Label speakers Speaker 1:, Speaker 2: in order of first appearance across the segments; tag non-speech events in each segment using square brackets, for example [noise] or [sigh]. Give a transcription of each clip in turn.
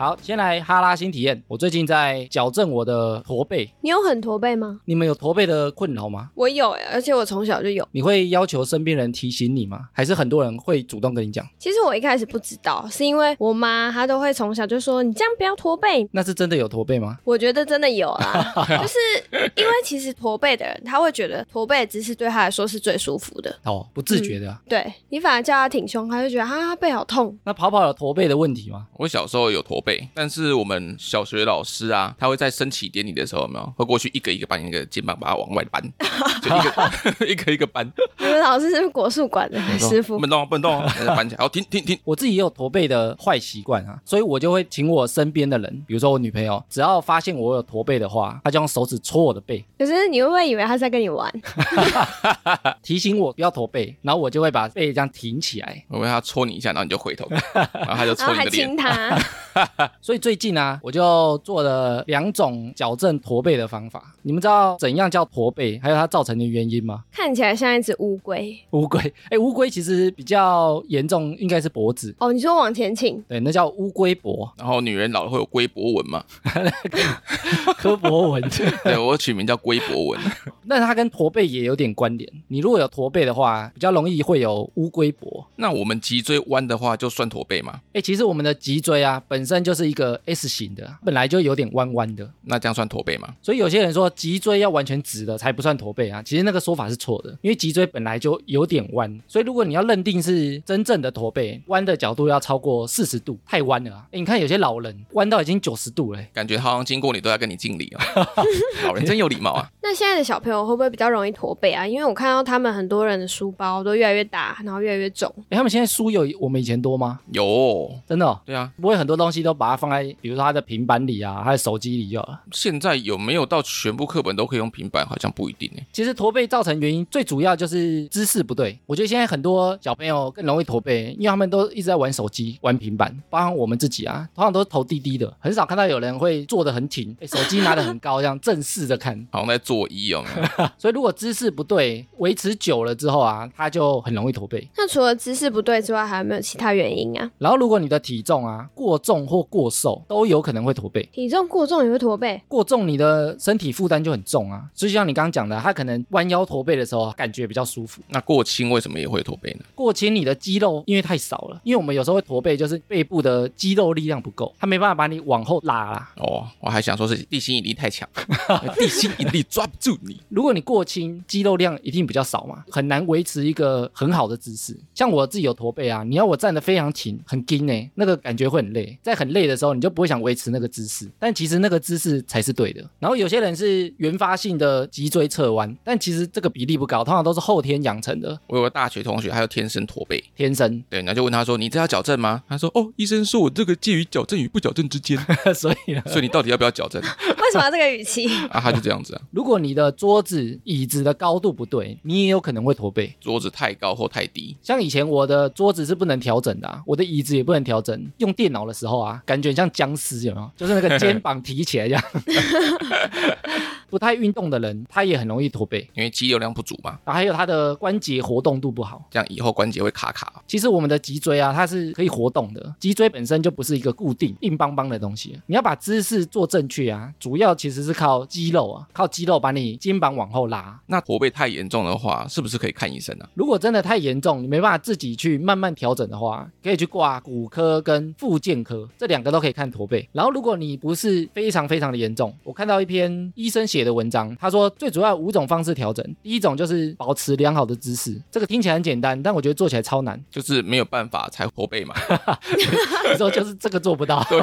Speaker 1: 好，先来哈拉新体验。我最近在矫正我的驼背，
Speaker 2: 你有很驼背吗？
Speaker 1: 你们有驼背的困扰吗？
Speaker 2: 我有、欸，而且我从小就有。
Speaker 1: 你会要求身边人提醒你吗？还是很多人会主动跟你讲？
Speaker 2: 其实我一开始不知道，是因为我妈她都会从小就说你这样不要驼背。
Speaker 1: 那是真的有驼背吗？
Speaker 2: 我觉得真的有
Speaker 3: [laughs]
Speaker 2: 啦，就是因为其实驼背的人，他会觉得驼背的姿势对他来说是最舒服的。
Speaker 1: 哦，不自觉的啊、
Speaker 2: 对你反而叫他挺胸，他就觉得啊背好痛。 [laughs]
Speaker 1: 那跑跑有驼背的问题吗？
Speaker 3: 我小时候有驼背，但是我们小学老师啊，他会在升旗典礼的时候，有没有会过去一个一个把你的肩膀把它往外
Speaker 2: [laughs]
Speaker 3: 搬，就一个 [laughs] 一个一个搬，
Speaker 2: 你们老师是不是国术馆的师傅
Speaker 3: 不？能动、啊，不能动、啊，然后搬起来，好停停停。
Speaker 1: 我自己也有驼背的坏习惯啊，所以我就会请我身边的人，比如说我女朋友，只要发现我有驼背的话，她就用手指戳我的背，
Speaker 2: 可是你会不会以为他是在跟你玩？
Speaker 1: 提醒我不要驼背，然后我就会把背这样挺起来。
Speaker 3: 我为他戳你一下，然后你就回头，然后他就
Speaker 2: 然
Speaker 3: 戳
Speaker 2: 后
Speaker 3: 你
Speaker 2: 还
Speaker 3: 的脸
Speaker 2: 亲。他， [laughs]
Speaker 1: 所以最近啊，我就做了两种矫正驼背的方法。你们知道怎样叫驼背，还有它造成的原因吗？
Speaker 2: 看起来像一只乌龟。
Speaker 1: 乌龟， [laughs] 哎，乌龟其实比较严重，应该是脖子，
Speaker 2: 哦，你说往前倾，
Speaker 1: 对，那叫乌龟脖
Speaker 3: 然后女人老了会有龟博纹嘛？
Speaker 1: [laughs] 科博文。
Speaker 3: 对我取名叫龟博纹，
Speaker 1: [laughs] 那它跟驼背也有点关联。你如果有驼背的话，比较容易会有乌龟脖。
Speaker 3: 那我们脊椎弯的话，就算驼背嘛？
Speaker 1: 哎，其实我们的脊椎啊，本身就是一个 S 型的，本来就有点弯弯的，
Speaker 3: 那这样算驼背吗？
Speaker 1: 所以有些人说脊椎要完全直的才不算驼背啊，其实那个说法是错的，因为脊椎本来就有点弯，所以如果你要认定是真正的驼背，弯的角度要超过四十度，太弯了啊！诶你看有些老人弯到已经九十度了、诶欸
Speaker 3: 感觉他好像经过你都要跟你敬礼哦。
Speaker 2: [laughs]
Speaker 3: 老人真有礼貌啊！
Speaker 2: 那现在的小朋友会不会比较容易驼背啊？因为我看到他们很多人的书包都越来越大，然后越来越重。
Speaker 1: 欸诶他们现在书有我们以前多吗？
Speaker 3: 有哦，
Speaker 1: 真的、哦。
Speaker 3: 对啊，
Speaker 1: 不会很多东西都把它放在，比如说他的平板里啊，他的手机里就好了。
Speaker 3: 现在有没有到全部课本都可以用平板？好像不一定欸诶。
Speaker 1: 其实驼背造成原因最主要就是姿势不对。我觉得现在很多小朋友更容易驼背，因为他们都一直在玩手机、玩平板，包含我们自己啊，通常都是头低低的，很少看到有人会坐得很挺，诶手机拿得很高，这样正视着看。
Speaker 3: 好像在做啊揖有没有？
Speaker 1: 所以如果姿势不对，维持久了之后啊，他就很容易驼背。
Speaker 2: 那除了姿势不对之外，还有没有其他原因啊？
Speaker 1: 然后如果你的体重啊过重或过瘦，都有可能会驼背。
Speaker 2: 体重过重也会驼背， [laughs]
Speaker 1: 过重，你的身体负担就很重啊，所以就像你刚刚讲的，他可能弯腰驼背的时候感觉比较舒服。
Speaker 3: 那过轻为什么也会驼背呢？
Speaker 1: 过轻你的肌肉，因为太少了，因为我们有时候会驼背，就是背部的肌肉力量不够，它没办法把你往后拉啦。
Speaker 3: 哦，我还想说是地心引力太强，地心引力抓不住你。
Speaker 1: 如果你过轻，肌肉量一定比较少嘛，很难维持一个很好的姿势。像我自己有驼背啊，你要我站得非常挺，很硬呢、那个感觉会很累。在很累的时候，你就不会想维持那个姿势，但其实那个姿势才是对的。然后有些人是原发性的脊椎侧弯，但其实这个比例不高，通常都是后天养成的，
Speaker 3: 我有个大学同学，他就天生驼背，
Speaker 1: 天生。
Speaker 3: 对，然后就问他说：“你这要矫正吗？”他说：“哦，医生说我这个介于矫正与不矫正之间，
Speaker 1: 所以呢，
Speaker 3: 所以你到底要不要矫正
Speaker 2: 为什么要这个语气？ [laughs]
Speaker 3: 啊？”他就这样子啊，
Speaker 1: 如果你的桌子、椅子的高度不对，你也有可能会驼背。
Speaker 3: 桌子太高或太低，
Speaker 1: 像以前我的桌子是不能调整的、啊，我的椅子也不能调整。用电脑的时候啊，感觉很像僵尸，有没有？就是那个肩膀提起来这样。不太运动的人，他也很容易驼背，
Speaker 3: 因为肌肉量不足嘛，
Speaker 1: 然后还有他的关节活动度不好。
Speaker 3: 这样以后关节会卡卡。
Speaker 1: 其实我们的脊椎啊，它是可以活动的，脊椎本身就不是一个固定硬邦邦的东西。你要把姿势做正确啊，主要其实是靠肌肉啊，靠肌肉把你肩膀往后拉。
Speaker 3: 那驼背太严重的话，是不是可以看医生啊？
Speaker 1: 如果真的太严重，你没办法自己去慢慢调整的话，可以去挂骨科跟复健科，这两个都可以看驼背。然后如果你不是非常非常的严重，我看到一篇医生写的文章，他说最主要有五种方式调整，第一种就是保持良好的姿势，这个听起来很简单，但我觉得做起来超难。 [laughs]
Speaker 3: 就是没有办法才驼背嘛。
Speaker 1: 有时候就是这个做不到，对，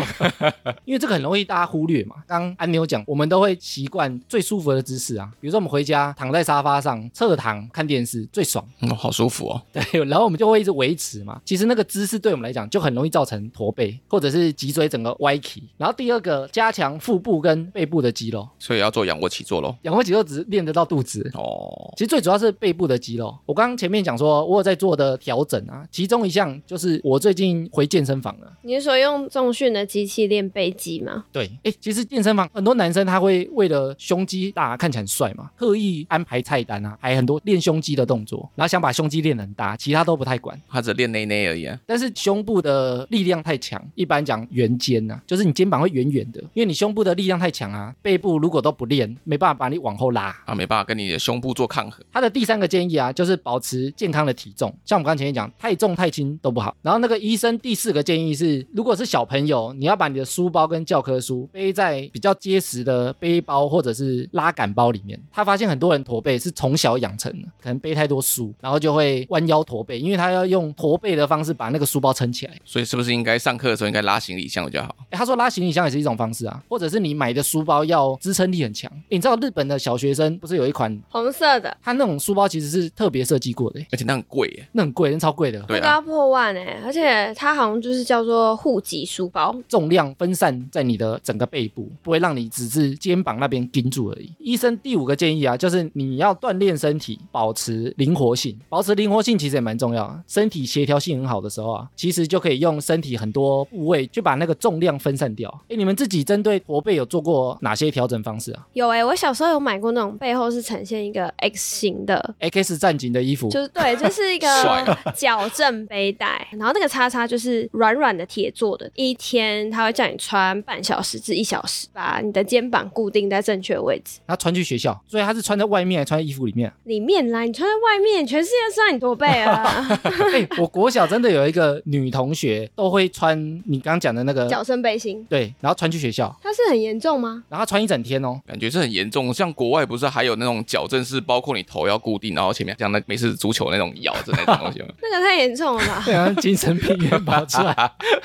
Speaker 1: 因为这个很容易大家忽略嘛。刚刚安妞讲，我们都会习惯最舒服的姿势啊，比如说我们回家躺在沙发上侧躺看电视最爽，
Speaker 3: 嗯，好舒服哦。
Speaker 1: 对， [laughs] 然后我们就会一直维持嘛。其实那个姿势对我们来讲就很容易造成驼背或者是脊椎整个歪起。然后第二个，加强腹部跟背部的肌肉，
Speaker 3: 所以要做仰过起坐喽。
Speaker 1: 仰卧起坐只是练得到肚子。
Speaker 3: 哦，
Speaker 1: 其实最主要是背部的肌肉。我刚刚前面讲说，我有在做的调整啊，其中一项就是我最近回健身房了。
Speaker 2: 你是说用重训的机器练背肌吗？
Speaker 1: 对，哎，其实健身房很多男生他会为了胸肌大看起来很帅嘛，特意安排菜单啊，还很多练胸肌的动作，然后想把胸肌练得很大，其他都不太管。
Speaker 3: 他只练内内而已啊。
Speaker 1: 但是胸部的力量太强，一般讲圆肩呐、啊，就是你肩膀会圆圆的，因为你胸部的力量太强啊，背部如果都不练，没办法把你往后拉。
Speaker 3: 啊，没办法跟你的胸部做抗衡。
Speaker 1: 他的第三个建议啊，就是保持健康的体重，像我们刚才前面讲，太重太轻都不好。然后那个医生第四个建议是，如果是小朋友，你要把你的书包跟教科书背在比较结实的背包或者是拉杆包里面。他发现很多人驼背是从小养成的，可能背太多书，然后就会弯腰驼背，因为他要用驼背的方式把那个书包撑起来。
Speaker 3: 所以是不是应该上课的时候应该拉行李箱比较好？
Speaker 1: 欸，他说拉行李箱也是一种方式啊，或者是你买的书包要支撑力很强、欸你知道日本的小学生不是有一款，
Speaker 2: 红色的，
Speaker 1: 他那种书包其实是特别设计过的、欸
Speaker 3: 而且那很贵耶。
Speaker 1: 那很贵，那超贵的，
Speaker 2: 那
Speaker 3: 对
Speaker 2: 个要
Speaker 3: 啊，
Speaker 2: 破万哎、而且它好像就是叫做户籍书包，
Speaker 1: 重量分散在你的整个背部，不会让你只是肩膀那边盯住而已。医生第五个建议啊，就是你要锻炼身体，保持灵活性。保持灵活性其实也蛮重要啊，身体协调性很好的时候啊，其实就可以用身体很多部位去把那个重量分散掉。哎，你们自己针对驼背有做过哪些调整方式啊
Speaker 2: 有哎、我小时候有买过那种背后是呈现一个 X 型的。
Speaker 1: ？X 战警的衣服
Speaker 2: 就是对，就是一个
Speaker 3: 帅
Speaker 2: 矫正背带，然后那个叉叉就是软软的铁做的，一天它会叫你穿半小时至一小时，把你的肩膀固定在正确位置。
Speaker 1: 他穿去学校，所以他是穿在外面，还穿在衣服里面。
Speaker 2: 里面啦，你穿在外面，全世界都知道 [laughs] 你驼背啊，
Speaker 1: 哎、我国小真的有一个女同学都会穿你刚刚讲的那个，
Speaker 2: 矫正背心，
Speaker 1: 对，然后穿去学校，
Speaker 2: 它是很严重吗？
Speaker 1: 然后她穿一整天哦。
Speaker 3: 感觉是很严重。像国外不是还有那种矫正是包括你头要固定，然后前面像那美式足球那种摇着那种东西吗？ [laughs]
Speaker 2: 那个太严重了吧？
Speaker 1: 对啊，精神病院跑出来。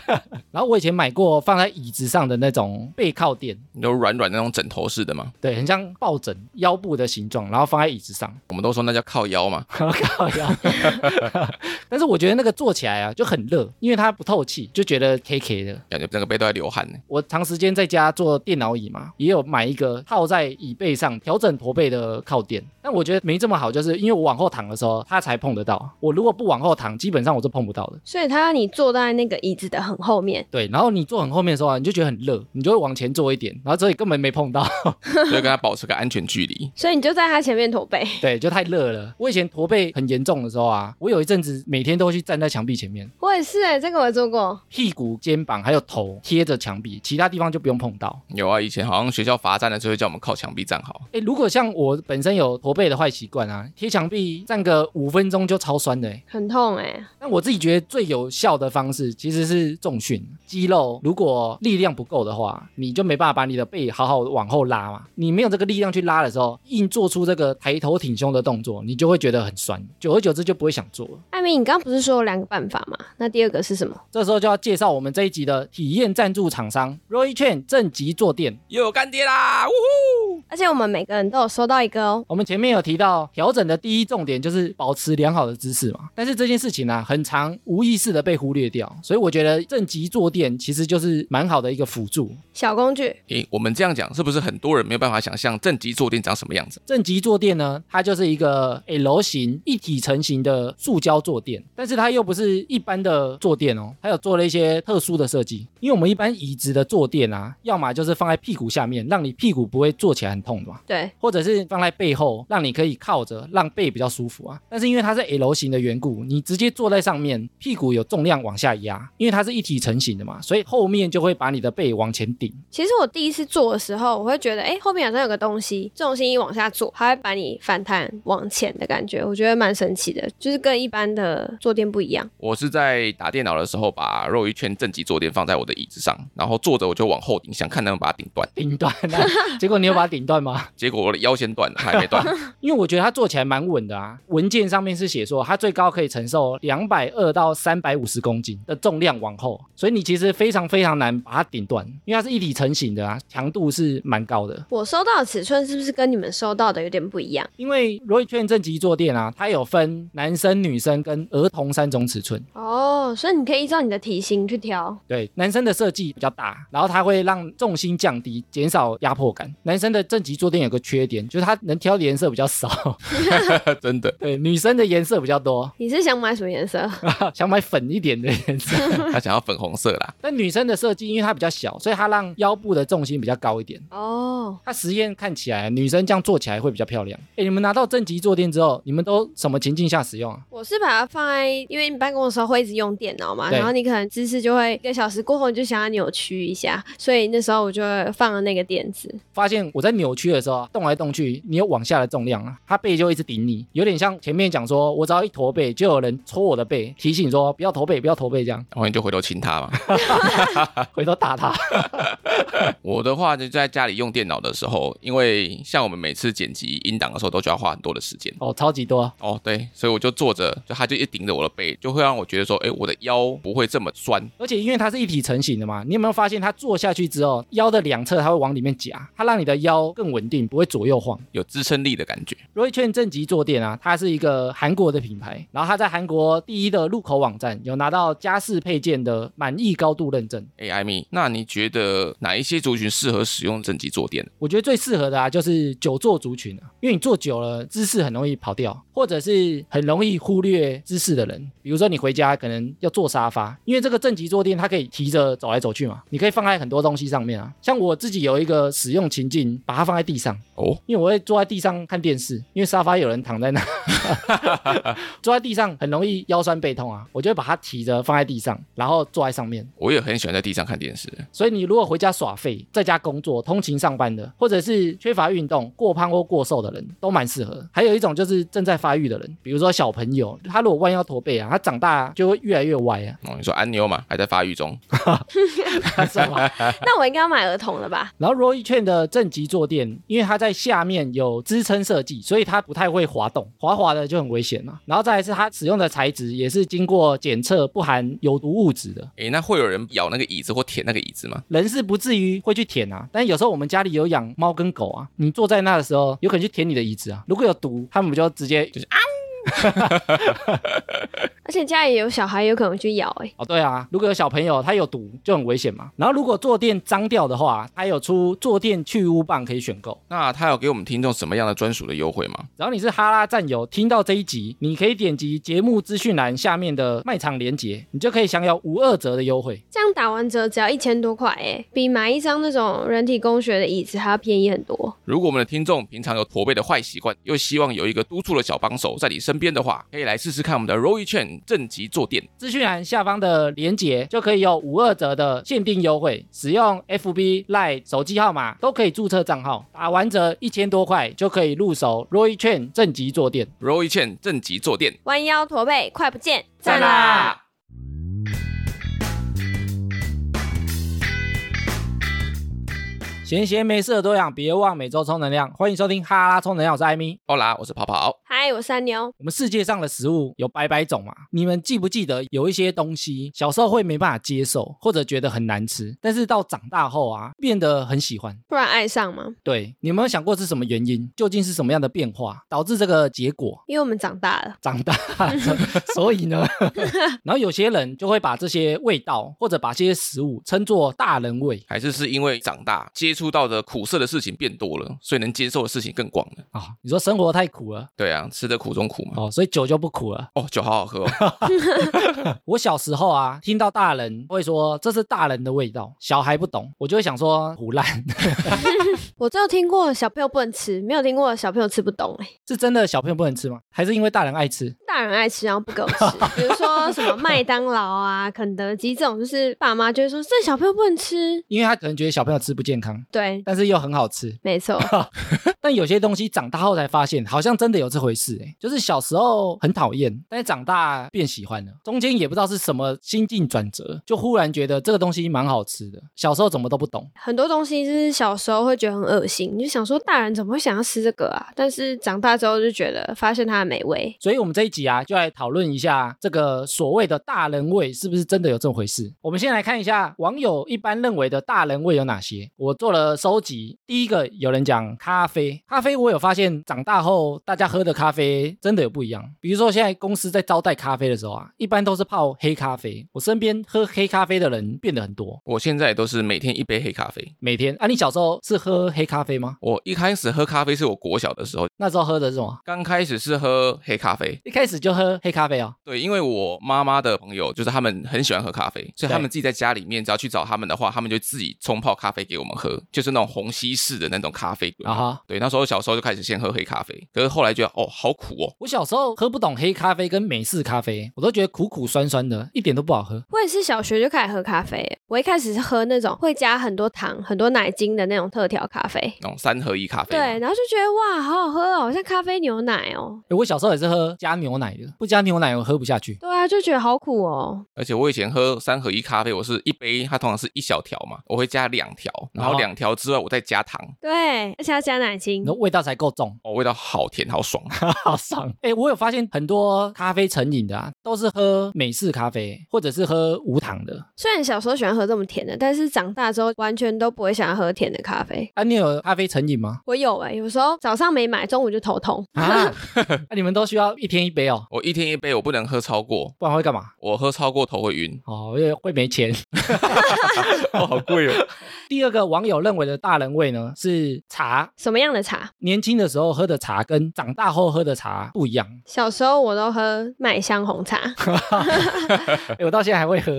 Speaker 1: [laughs] 然后我以前买过放在椅子上的那种背靠垫，
Speaker 3: 你都软软那种枕头式的嘛。
Speaker 1: 对，很像抱枕腰部的形状，然后放在椅子上，
Speaker 3: 我们都说那叫靠腰嘛。
Speaker 1: 然后靠腰。但是我觉得那个坐起来啊就很热，因为它不透气，就觉得 K K 的。
Speaker 3: 感觉整个背都在流汗 [laughs] 呢。
Speaker 1: 我长时间在家做电脑椅嘛，也有买一个套在椅背上调整驼背的靠垫。但我觉得没这么好，就是因为我往后躺的时候，它才碰得到。我如果不往后躺，基本上我是碰不到的。
Speaker 2: 所以它让你坐在那个椅子的很后面，
Speaker 1: 对，然后你坐很后面的时候啊，你就觉得很热，你就会往前坐一点，然后所以根本没碰到。 [laughs]
Speaker 3: 所以跟他保持个安全距离。
Speaker 2: 所以你就在它前面驼背。
Speaker 1: 对，就太热了。我以前驼背很严重的时候啊，我有一阵子每天都会去站在墙壁前面，
Speaker 2: 我也是哎、这个我也做过，
Speaker 1: 屁股、肩膀还有头贴着墙壁，其他地方就不用碰到。
Speaker 3: 有啊，以前好像学校罚站的时候会叫我们靠墙壁站好，
Speaker 1: 哎，如果像我本身有驼背的坏习惯啊，贴墙壁站个五分钟就超酸的、欸。
Speaker 2: 很痛哎、
Speaker 1: 但我自己觉得最有效的方式其实是重训，肌肉如果力量不够的话，你就没办法把你的背好好往后拉嘛。你没有这个力量去拉的时候，硬做出这个抬头挺胸的动作，你就会觉得很酸，久而久之就不会想做了。
Speaker 2: 艾米，你刚刚不是说有两个办法吗？那第二个是什么？
Speaker 1: 这时候就要介绍我们这一集的体验赞助厂商 Roy Chain 正极坐垫。
Speaker 3: 又有干爹啦！呜呼！
Speaker 2: 而且我们每个人都有收到一个哦。
Speaker 1: 我们前面有提到，调整的第一重点就是保持良好的姿势嘛。但是这件事情呢、啊，很常无意识的被忽略掉，所以我觉得正极坐垫其实就是蛮好的一个辅助。
Speaker 2: 小工具，
Speaker 3: 诶，我们这样讲是不是很多人没有办法想象正极坐垫长什么样子？
Speaker 1: 正极坐垫呢，它就是一个 L 型一体成型的塑胶坐垫，但是它又不是一般的坐垫哦，它有做了一些特殊的设计。因为我们一般椅子的坐垫啊，要么就是放在屁股下面，让你屁股不会坐起来很痛的嘛，
Speaker 2: 对，
Speaker 1: 或者是放在背后，让你可以靠着，让背比较舒服啊。但是因为它是 L 型的缘故，你直接坐在上面，屁股有重量往下压，因为它是一体成型的嘛，所以后面就会把你的背往前顶。
Speaker 2: 其实我第一次做的时候，我会觉得，哎、后面好像有个东西，重心一往下做，它会把你反弹往前的感觉，我觉得蛮神奇的，就是跟一般的坐垫不一样。
Speaker 3: 我是在打电脑的时候，把肉一圈正极坐垫放在我的椅子上，然后坐着我就往后顶，想看能不能把它顶断。
Speaker 1: 顶端、啊，结果你有把它顶断吗？
Speaker 3: 结果我的腰先断了，还没 [laughs] 断。
Speaker 1: 因为我觉得它做起来蛮稳的啊。文件上面是写说，它最高可以承受两百二到三百五十公斤的重量往后，所以你其实非常非常难把它顶断，因为它是一体成型的啊，强度是蛮高的。
Speaker 2: 我收到的尺寸是不是跟你们收到的有点不一样？
Speaker 1: 因为罗伊券正极坐垫啊，它有分男生、女生跟儿童三种尺寸。
Speaker 2: 哦，所以你可以依照你的体型去调。
Speaker 1: 对，男生的设计比较大，然后它会让重心降低，减少压迫感。男生的正正极坐垫有个缺点，就是它能挑的颜色比较少， [laughs]
Speaker 3: 真的，
Speaker 1: 对，女生的颜色比较多， [laughs]
Speaker 2: 你是想买什么颜色？
Speaker 1: 想买粉一点的颜色。
Speaker 3: 他想要粉红色啦，
Speaker 1: 但女生的设计，因为它比较小，所以它让腰部的重心比较高一点。
Speaker 2: 哦，
Speaker 1: 它实验看起来，女生这样做起来会比较漂亮。哎，你们拿到正极坐垫之后，你们都什么情境下使用啊？
Speaker 2: 我是把它放在，因为你办公的时候会一直用电脑嘛，
Speaker 1: 对
Speaker 2: 然后你可能姿势就会一个小时过后你就想要扭曲一下，所以那时候我就会放了那个垫 [laughs] 子。
Speaker 1: 发现我在扭曲的时候啊，动来动去，你有往下的重量啊，它背就一直顶你，有点像前面讲说，我只要一驼背，就有人戳我的背，提醒说不要驼背，不要驼背，这样 [laughs]
Speaker 3: 然后你就回头亲他嘛。
Speaker 1: 回头打他。
Speaker 3: 我的话就在家里用电脑的时候，因为像我们每次剪辑音档的时候，都需要花很多的时间。
Speaker 1: [laughs] 哦，超级多，
Speaker 3: 哦，对，所以我就坐着，就他就一顶着我的背，就会让我觉得说，哎，我的腰不会这么酸。
Speaker 1: 而且因为它是一体成型的嘛，你有没有发现它坐下去之后，腰的两侧它会往里面夹，它让你的腰更稳定，不会左右晃。
Speaker 3: 有支撑力的感觉，
Speaker 1: r o y c h e n 正极坐垫啊，它是一个韩国的品牌，然后它在韩国第一的入口网站有拿到家饰配件的满意高度认证。
Speaker 3: 哎，艾米，那你觉得哪一些族群适合使用正极坐垫？
Speaker 1: 我觉得最适合的啊，就是久坐族群啊，因为你坐久了姿势很容易跑掉，或者是很容易忽略姿势的人。比如说你回家可能要坐沙发，因为这个正极坐垫它可以提着走来走去嘛，你可以放在很多东西上面啊。像我自己有一个使用情境，把它放在地上，
Speaker 3: 哦，
Speaker 1: 因为我会坐在地上看电视，因为沙发有人躺在那，坐在地上很容易腰酸背痛啊，我就会把它提着放在地上，然后坐在上面。
Speaker 3: 我也很喜欢在地上看电视。，
Speaker 1: 所以你如果回家耍废，在家工作、通勤上班的，或者是缺乏运动、过胖或过瘦的人，都蛮适合。还有一种就是正在发育的人，比如说小朋友，他如果弯腰驼背啊，他长大就会越来越歪啊
Speaker 3: 哦，你说安妞嘛，还在发育中，
Speaker 1: 是吧？
Speaker 2: 那我应该要买儿童了吧？
Speaker 1: 然后 Roy 券的正极坐垫，因为它在下面有支撑设计，所以它不太会滑动，滑滑的就很危险嘛。然后再来是它使用的材质也是经过检测，不含有毒物质的。
Speaker 3: 哎，那会有人咬那个椅子或舔那个椅子吗？
Speaker 1: 人是不至于会去舔啊，但有时候我们家里有养猫跟狗啊，你坐在那的时候，有可能去舔你的椅子啊。如果有毒，他们就直接就是啊，
Speaker 2: 而且家里有小孩，有可能去咬哎、
Speaker 1: 哦对啊，如果有小朋友他有毒就很危险嘛。然后如果坐垫脏掉的话，它有出坐垫去污棒可以选购。
Speaker 3: 那他有给我们听众什么样的专属的优惠吗？
Speaker 1: 只要你是哈拉战友，听到这一集，你可以点击节目资讯栏下面的卖场链接，你就可以享有五二折的优惠。
Speaker 2: 这样打完折只要一千多块哎、比买一张那种人体工学的椅子还要便宜很多。
Speaker 3: 如果我们的听众平常有驼背的坏习惯，又希望有一个督促的小帮手在你身边的话，可以来试试看我们的 Roy Chen 正极坐垫。
Speaker 1: 资讯栏下方的连结就可以有五二折的限定优惠，使用 FB、Line 手机号码都可以注册账号，打完折一千多块就可以入手 Roy 券正极坐垫。
Speaker 3: Roy Chen 正极坐垫，
Speaker 2: 弯腰驼背，快不见，！！
Speaker 1: 闲闲没事的多养，别忘每周充能量。欢迎收听哈拉充能量，我是艾米。
Speaker 3: 好哦啦，我是跑跑。
Speaker 2: 嗨，我是三牛，
Speaker 1: 我们世界上的食物有百百种嘛，你们记不记得有一些东西小时候会没办法接受，或者觉得很难吃，但是到长大后啊，变得很喜欢。
Speaker 2: 突然爱上吗？
Speaker 1: 对，你有没有想过是什么原因？究竟是什么样的变化导致这个结果？
Speaker 2: 因为我们长大了，
Speaker 1: 长大，所所以呢，然后有些人就会把这些味道或者把这些食物称作大人味
Speaker 3: 还是是因为长大接触到的苦涩的事情变多了，所以能接受的事情更广了。
Speaker 1: 啊、你说生活太苦了
Speaker 3: 对啊，吃的苦中苦嘛。
Speaker 1: 哦，所以酒就不苦了。
Speaker 3: 哦，酒好好喝哦。
Speaker 1: 我小时候啊，听到大人会说这是大人的味道，小孩不懂，我就会想说胡烂，
Speaker 2: 我只有听过小朋友不能吃，没有听过小朋友吃不懂哎、
Speaker 1: 是真的小朋友不能吃吗？还是因为大人爱吃？
Speaker 2: 大人爱吃，然后不给我吃，比如说什么麦当劳啊、肯德基这种，就是爸妈就会说这小朋友不能吃。
Speaker 1: 因为他可能觉得小朋友吃不健康，
Speaker 2: 对，
Speaker 1: 但是又很好吃。
Speaker 2: 没错，
Speaker 1: 但有些东西长大后才发现，好像真的有这回事哎、就是小时候很讨厌，但是长大变喜欢了，中间也不知道是什么心境转折，就忽然觉得这个东西蛮好吃的。小时候怎么都不懂，
Speaker 2: 很多东西就是小时候会觉得很恶心，你就想说大人怎么会想要吃这个啊？但是长大之后就觉得发现它的美味。
Speaker 1: 所以我们这一集啊，就来讨论一下这个所谓的大人味是不是真的有这回事。我们先来看一下网友一般认为的大人味有哪些。我做了的收集，第一个有人讲咖啡，咖啡我有发现长大后大家喝的咖啡真的有不一样。比如说现在公司在招待咖啡的时候啊，一般都是泡黑咖啡，我身边喝黑咖啡的人变得很多，
Speaker 3: 我现在也都是每天一杯黑咖啡。
Speaker 1: 每天。啊，你小时候是喝黑咖啡吗？
Speaker 3: 我一开始喝咖啡是我国小的时候，
Speaker 1: 那时候喝的是什么？
Speaker 3: 刚开始是喝黑咖啡。
Speaker 1: 一开始就喝黑咖啡哦。
Speaker 3: 对，因为我妈妈的朋友就是他们很喜欢喝咖啡，所以他们
Speaker 1: 对
Speaker 3: 自己在家里面只要去找他们的话，他们就自己冲泡咖啡给我们喝，就是那种虹吸式的那种咖啡。
Speaker 1: 啊哈，
Speaker 3: 对，那时候小时候就开始先喝黑咖啡，可是后来觉得哦，好苦哦，
Speaker 1: 我小时候喝不懂黑咖啡跟美式咖啡，我都觉得苦苦酸酸的，一点都不好喝。
Speaker 2: 我也是小学就开始喝咖啡，我一开始是喝那种会加很多糖、很多奶精的那种特调咖啡，
Speaker 3: 那种三合一咖啡
Speaker 2: 对
Speaker 3: 嘛。，
Speaker 2: 然后就觉得哇，好好喝哦，好像咖啡牛奶哦。
Speaker 1: 诶我小时候也是喝加牛奶的，不加牛奶我喝不下去。
Speaker 2: 对啊，就觉得好苦哦。
Speaker 3: 而且我以前喝三合一咖啡，我是一杯，它通常是一小条嘛，我会加两条，然后
Speaker 1: 哦
Speaker 3: 两条之外我再加糖，
Speaker 2: 对，而且要加奶精
Speaker 1: 你的。味道才够重，
Speaker 3: 哦，味道好甜好爽。啊
Speaker 1: 好爽！哎、我有发现很多咖啡成瘾的啊，都是喝美式咖啡，或者是喝无糖的。
Speaker 2: 虽然小时候喜欢喝这么甜的，但是长大之后完全都不会想要喝甜的咖啡。
Speaker 1: 啊，你有咖啡成瘾吗？
Speaker 2: 我有哎、有时候早上没买，中午就头痛。 [laughs]
Speaker 1: 啊，啊你们都需要一天一杯哦，
Speaker 3: 我一天一杯，我不能喝超过，
Speaker 1: 不然会干嘛？，
Speaker 3: 我喝超过头会晕
Speaker 1: 哦，因为会没钱。
Speaker 3: [laughs] 哦，好贵哦。
Speaker 1: 第二个网友认为的大人味呢，是茶。
Speaker 2: 什么样的茶？
Speaker 1: 年轻的时候喝的茶跟长大后喝的茶不一样，
Speaker 2: 小时候我都喝麦香红茶，
Speaker 1: 诶哎我到现在还会喝，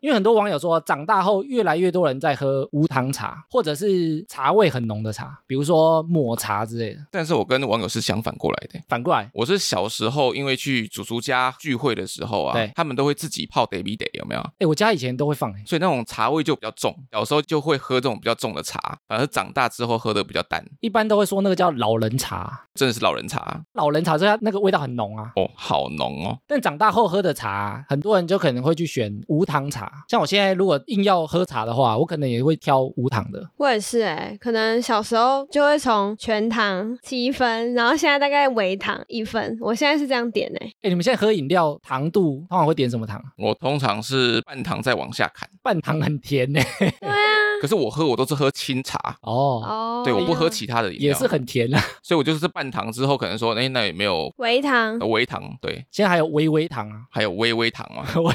Speaker 1: 因为很多网友说，长大后越来越多人在喝无糖茶，或者是茶味很浓的茶，比如说抹茶之类的。
Speaker 3: [laughs] 但是我跟网友是相反过来的。
Speaker 1: 反过来，
Speaker 3: 我是小时候，因为去祖叔家聚会的时候啊
Speaker 1: 对，
Speaker 3: 他们都会自己泡 d a b d 有没有？
Speaker 1: 哎，我家以前都会放、诶
Speaker 3: 所以那种茶味就比较重，小时候就会喝这种比较重的茶，反而长大之后喝的比较淡，
Speaker 1: 一般都会说那个叫老人茶，
Speaker 3: 真的是老人茶
Speaker 1: 老人茶所以它那个味道很浓啊。
Speaker 3: 哦，好浓哦。
Speaker 1: 但长大后喝的茶，很多人就可能会去选无糖茶。像我现在如果硬要喝茶的话，我可能也会挑无糖的。
Speaker 2: 我也是哎、可能小时候就会从全糖七分，然后现在大概微糖一分。我现在是这样点哎、
Speaker 1: 哎，你们现在喝饮料糖度通常会点什么糖？
Speaker 3: 我通常是半糖再往下砍，
Speaker 1: 半糖很甜呢、 [laughs]
Speaker 2: 对啊，
Speaker 3: 可是我喝我都是喝清茶，
Speaker 1: 哦，
Speaker 2: 哦，
Speaker 3: 对，我不喝其他的饮料，
Speaker 1: 也是很甜啊。
Speaker 3: 所以我就是半糖之后可能说，哎，那有没有
Speaker 2: 微糖
Speaker 3: 呃。微糖？对，
Speaker 1: 现在还有微微糖啊。
Speaker 3: 还有微微糖嘛？
Speaker 1: [laughs] 我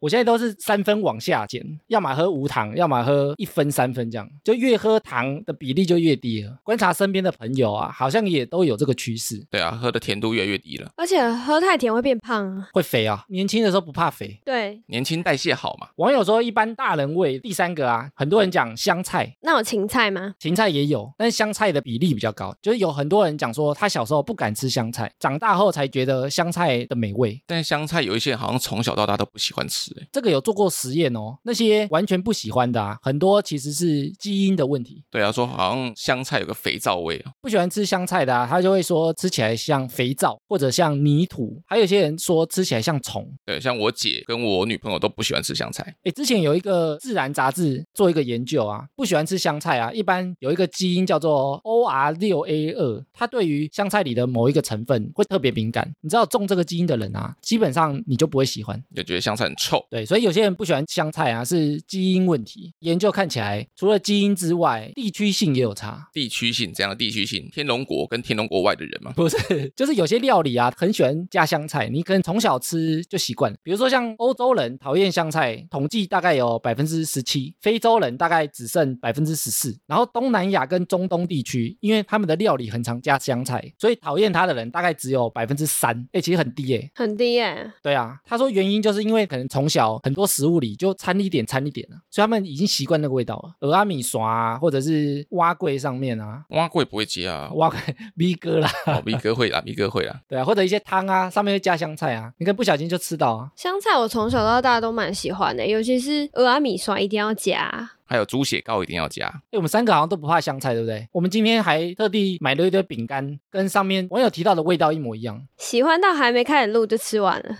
Speaker 1: 我现在都是三分往下减，要么喝无糖，要么喝一分三分这样，就越喝糖的比例就越低了。观察身边的朋友啊，好像也都有这个趋势。
Speaker 3: 对啊，喝的甜度越来越低了，
Speaker 2: 而且喝太甜会变胖啊。
Speaker 1: 会肥啊，年轻的时候不怕肥。
Speaker 2: 对，
Speaker 3: 年轻代谢好嘛。
Speaker 1: 网友说，一般大人味。第三个啊，很多人讲香菜，
Speaker 2: 那有芹菜吗？
Speaker 1: 芹菜也有，但是香菜的比例比较高。就是有很多人讲说，他小时候不敢吃香菜，长大后才觉得香菜的美味。
Speaker 3: 但香菜有一些人好像从小到大都不喜欢吃、欸，
Speaker 1: 这个有做过实验哦，那些完全不喜欢的啊，很多其实是基因的问题。
Speaker 3: 对啊，说好像香菜有个肥皂味啊，
Speaker 1: 不喜欢吃香菜的啊，他就会说吃起来像肥皂或者像泥土，还有些人说吃起来像虫。
Speaker 3: 对，像我姐跟我女朋友都不喜欢吃香菜，
Speaker 1: 诶，之前有一个《自然》杂志做一个研究啊，不喜欢吃香菜啊，一般有一个基因叫做 OR 六 A 二，它对于香菜里的某一个成分会特别敏感。你知道中这个基因的人啊，基本上你就不会喜欢。
Speaker 3: 就觉得香菜很臭。
Speaker 1: 对，所以有些人不喜欢香菜啊，是基因问题。研究看起来，除了基因之外，地区性也有差。
Speaker 3: 地区性这样的地区性，天龙国跟天龙国外的人嘛，
Speaker 1: 不是，就是有些料理啊，很喜欢加香菜，你可能从小吃就习惯了。比如说像欧洲人讨厌香菜，统计大概有百分之十七，非洲人大概只剩百分之十四，然后东南亚跟中东地区，因为他们的料理很常加香菜，所以讨厌它的人大概只有百分之三，哎，其实很低耶、
Speaker 2: 很低欸耶、
Speaker 1: 对啊，他说原因就是因为可能从小很多食物里就掺一点掺一点了、啊所以他们已经习惯那个味道了。俄阿米刷啊，或者是蛙柜上面啊，
Speaker 3: 蛙贵不会接啊，
Speaker 1: 蛙 [laughs] 柜咪哥啦，
Speaker 3: 哦，咪哥会啦，咪哥会啦，
Speaker 1: 对啊，或者一些汤啊，上面会加香菜啊，你可能不小心就吃到啊。
Speaker 2: 香菜我从小到大都蛮喜欢的，尤其是俄阿米刷一定要加。
Speaker 3: 还有猪血糕一定要加，
Speaker 1: 哎，我们三个好像都不怕香菜，对不对？我们今天还特地买了一堆饼干，跟上面网友提到的味道一模一样。
Speaker 2: 喜欢到还没开始录就吃完了，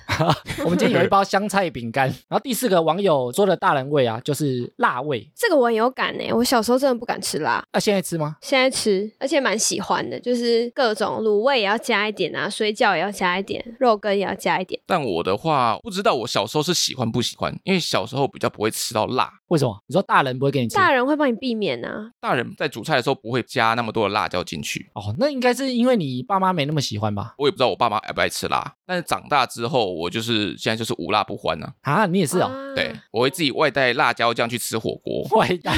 Speaker 1: 我们今天有一包香菜饼干。 [laughs] 然后第四个网友说的大人味啊，就是辣味。
Speaker 2: 这个我很有感呢。我小时候真的不敢吃辣，
Speaker 1: 那、现在吃吗？
Speaker 2: 现在吃，而且蛮喜欢的，就是各种卤味也要加一点啊，水饺也要加一点，肉羹也要加一点。
Speaker 3: 但我的话不知道我小时候是喜欢不喜欢，因为小时候比较不会吃到辣，
Speaker 1: 为什么？你说大人不会给你吃。
Speaker 2: 大人会帮你避免啊，
Speaker 3: 大人在煮菜的时候不会加那么多的辣椒进去。
Speaker 1: 哦，那应该是因为你爸妈没那么喜欢吧？
Speaker 3: 我也不知道我爸妈爱不爱吃辣，但是长大之后，我就是现在就是无辣不欢啊。
Speaker 1: 啊，你也是哦，
Speaker 2: 啊
Speaker 3: 对，我会自己外带辣椒酱去吃火锅。
Speaker 1: 坏蛋！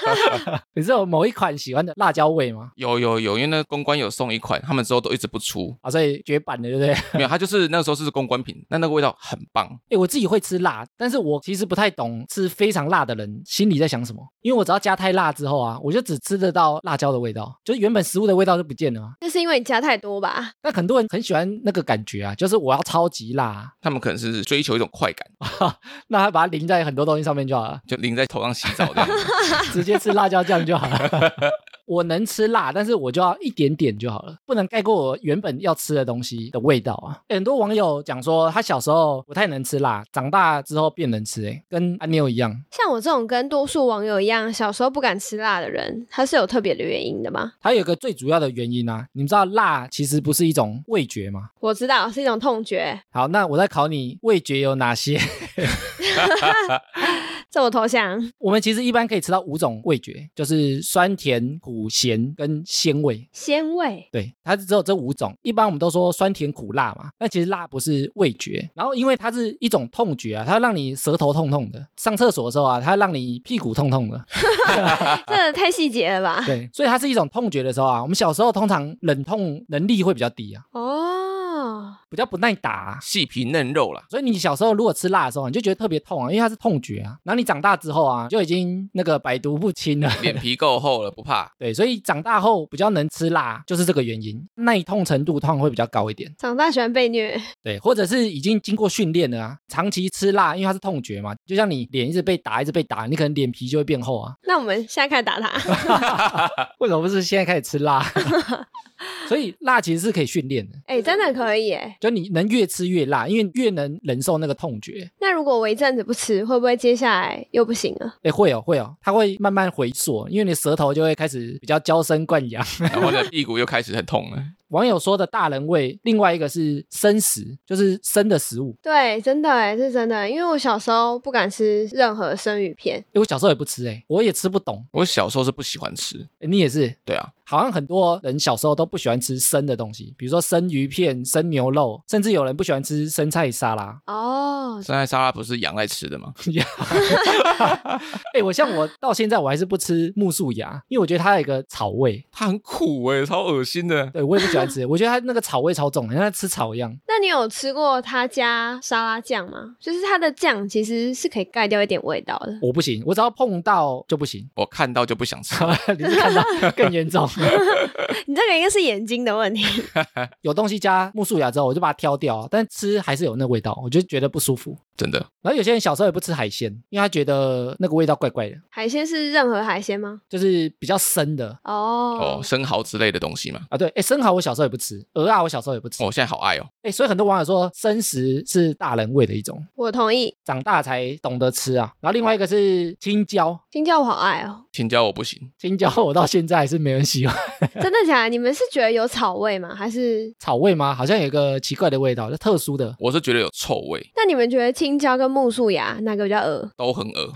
Speaker 1: [laughs] 你是有某一款喜欢的辣椒味吗？，
Speaker 3: 有有有，因为那公关有送一款，他们之后都一直不出
Speaker 1: 啊，所以绝版的，对不对？
Speaker 3: 没有，它就是那时候是公关品，那那个味道很棒。
Speaker 1: 哎、我自己会吃辣，但是我其实不太懂吃非常辣的人心里在想什么，因为我只要加太辣之后啊，我就只吃得到辣椒的味道，就是原本食物的味道就不见了啊。
Speaker 2: 那是因为你加太多吧？
Speaker 1: 那很多人很喜欢那个感觉啊，就是我要超级辣啊，
Speaker 3: 他们可能是追求一种快感，
Speaker 1: 那他把它淋在很多东西上面就好了，
Speaker 3: 就淋在头上洗澡这样。
Speaker 1: 直接吃辣椒酱就好了。 [laughs] 我能吃辣，但是我就要一点点就好了，不能盖过我原本要吃的东西的味道啊。诶很多网友讲说，他小时候不太能吃辣，长大之后变能吃、欸，跟阿妞一样。
Speaker 2: 像我这种跟多数网友一样，小时候不敢吃辣的人，他是有特别的原因的吗？
Speaker 1: 它有一个最主要的原因啊，你们知道辣其实不是一种味觉吗？
Speaker 2: 我知道是一种痛觉，
Speaker 1: 好，那我再考你，味觉有哪些？ [laughs]
Speaker 2: 这我投降。
Speaker 1: 我们其实一般可以吃到五种味觉，就是酸、甜、苦、咸跟鲜味。
Speaker 2: 鲜味，
Speaker 1: 对，它是只有这五种。一般我们都说酸、甜、苦、辣嘛，但其实辣不是味觉。然后因为它是一种痛觉啊，它让你舌头痛痛的，上厕所的时候啊，它让你屁股痛痛的。啊
Speaker 2: 这太细节
Speaker 1: [laughs]
Speaker 2: 了吧？
Speaker 1: 对，所以它是一种痛觉的时候啊，我们小时候通常忍痛能力会比较低啊，
Speaker 2: 哦，
Speaker 1: 比较不耐打啊、
Speaker 3: 细皮嫩肉啦，
Speaker 1: 所以你小时候如果吃辣的时候，你就觉得特别痛啊，因为它是痛觉啊。然后你长大之后啊，就已经那个百毒不 [laughs] 侵了。
Speaker 3: 脸皮够厚了，不怕。
Speaker 1: 对，所以长大后比较能吃辣，就是这个原因，耐痛程度通常会比较高一点。
Speaker 2: 长大喜欢被虐，
Speaker 1: 对，或者是已经经过训练了啊，长期吃辣，因为它是痛觉嘛，就像你脸一直被打，一直被打，你可能脸皮就会变厚啊。
Speaker 2: 那我们现在开始打
Speaker 1: [laughs]
Speaker 2: 他。
Speaker 1: 为什么不是现在开始吃辣？ [laughs] 所以辣其实是可以训练的，
Speaker 2: 哎、真的可以哎。
Speaker 1: 就你能越吃越辣，因为越能忍受那个痛觉。
Speaker 2: 那如果我一阵子不吃，会不会接下来又不行了？
Speaker 1: 哎，会哦，会哦，它会慢慢回缩，因为你舌头就会开始比较娇生惯养。 [laughs]
Speaker 3: 然后呢，屁股又开始很痛了。
Speaker 1: 网友说的大人味，另外一个是生食，就是生的食物。
Speaker 2: 对，真的哎，是真的，因为我小时候不敢吃任何生鱼片，
Speaker 1: 诶我小时候也不吃、诶我也吃不懂、
Speaker 3: 我小时候是不喜欢吃，
Speaker 1: 诶你也是。
Speaker 3: 对啊，
Speaker 1: 好像很多人小时候都不喜欢吃生的东西，比如说生鱼片、生牛肉，甚至有人不喜欢吃生菜沙拉。
Speaker 2: 哦，
Speaker 3: 生菜沙拉不是羊在吃的吗？
Speaker 1: 哎、我像我到现在我还是不吃木素芽，因为我觉得它有一个草味，
Speaker 3: 它很苦哎、超恶心的。
Speaker 1: 对我也不喜欢吃。我觉得它那个草味超重，很像在吃草一样。
Speaker 2: 那你有吃过他家沙拉酱吗？就是它的酱其实是可以盖掉一点味道的。 [laughs]
Speaker 1: 我不行，我只要碰到就不行。 [laughs]
Speaker 3: 我看到就不想吃。
Speaker 1: 你是看到更严重，
Speaker 2: 你这个应该是眼睛的问题。 [laughs]
Speaker 1: 有东西加木素芽之后，我就把它挑掉，啊但吃还是有那味道，我就觉得不舒服。
Speaker 3: 真的，
Speaker 1: 然后有些人小时候也不吃海鲜，因为他觉得那个味道怪怪的，
Speaker 2: 海鲜是任何海鲜吗？
Speaker 1: 就是比较生的
Speaker 2: 哦
Speaker 3: 哦，，生蚝之类的东西嘛，
Speaker 1: 啊。对，哎，生蚝我小时候也不吃，鹅啊我小时候也不吃
Speaker 3: 哦，，我现在好爱哦，
Speaker 1: 哎、所以很多网友说生食是大人味的一种，
Speaker 2: 我同意，
Speaker 1: 长大才懂得吃啊。然后另外一个是青椒，
Speaker 2: 青椒我好爱哦。 [laughs]
Speaker 3: 青椒我不行，
Speaker 1: 青椒 [laughs] 我到现在还是没人喜欢，
Speaker 2: 真的假的？你们是觉得有草味吗？还是？
Speaker 1: 草味吗？好像有一个奇怪的味道，就特殊的。
Speaker 3: 我是觉得有臭味，
Speaker 2: 那你们觉得青椒跟木薯芽哪个比较恶？
Speaker 3: 都很恶。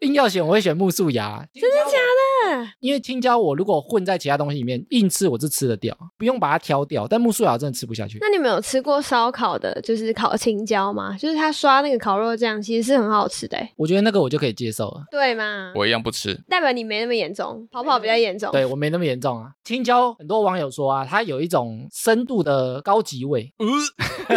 Speaker 1: 硬要选，我会选木素芽。真的假的？
Speaker 2: 嗯，
Speaker 1: 因为青椒我如果混在其他东西里面硬吃，我是吃得掉，不用把它挑掉。但木素芽我真的吃不下去。
Speaker 2: 那你们有吃过烧烤的，就是烤青椒吗？就是它刷那个烤肉酱，其实是很好吃的欸，
Speaker 1: 我觉得那个我就可以接受了。
Speaker 2: 对吗？
Speaker 3: 我一样不吃，
Speaker 2: 代表你没那么严重，跑跑比较严重。
Speaker 1: 对我没那么严重啊。青椒很多网友说啊，它有一种深度的高级味，
Speaker 3: 呃，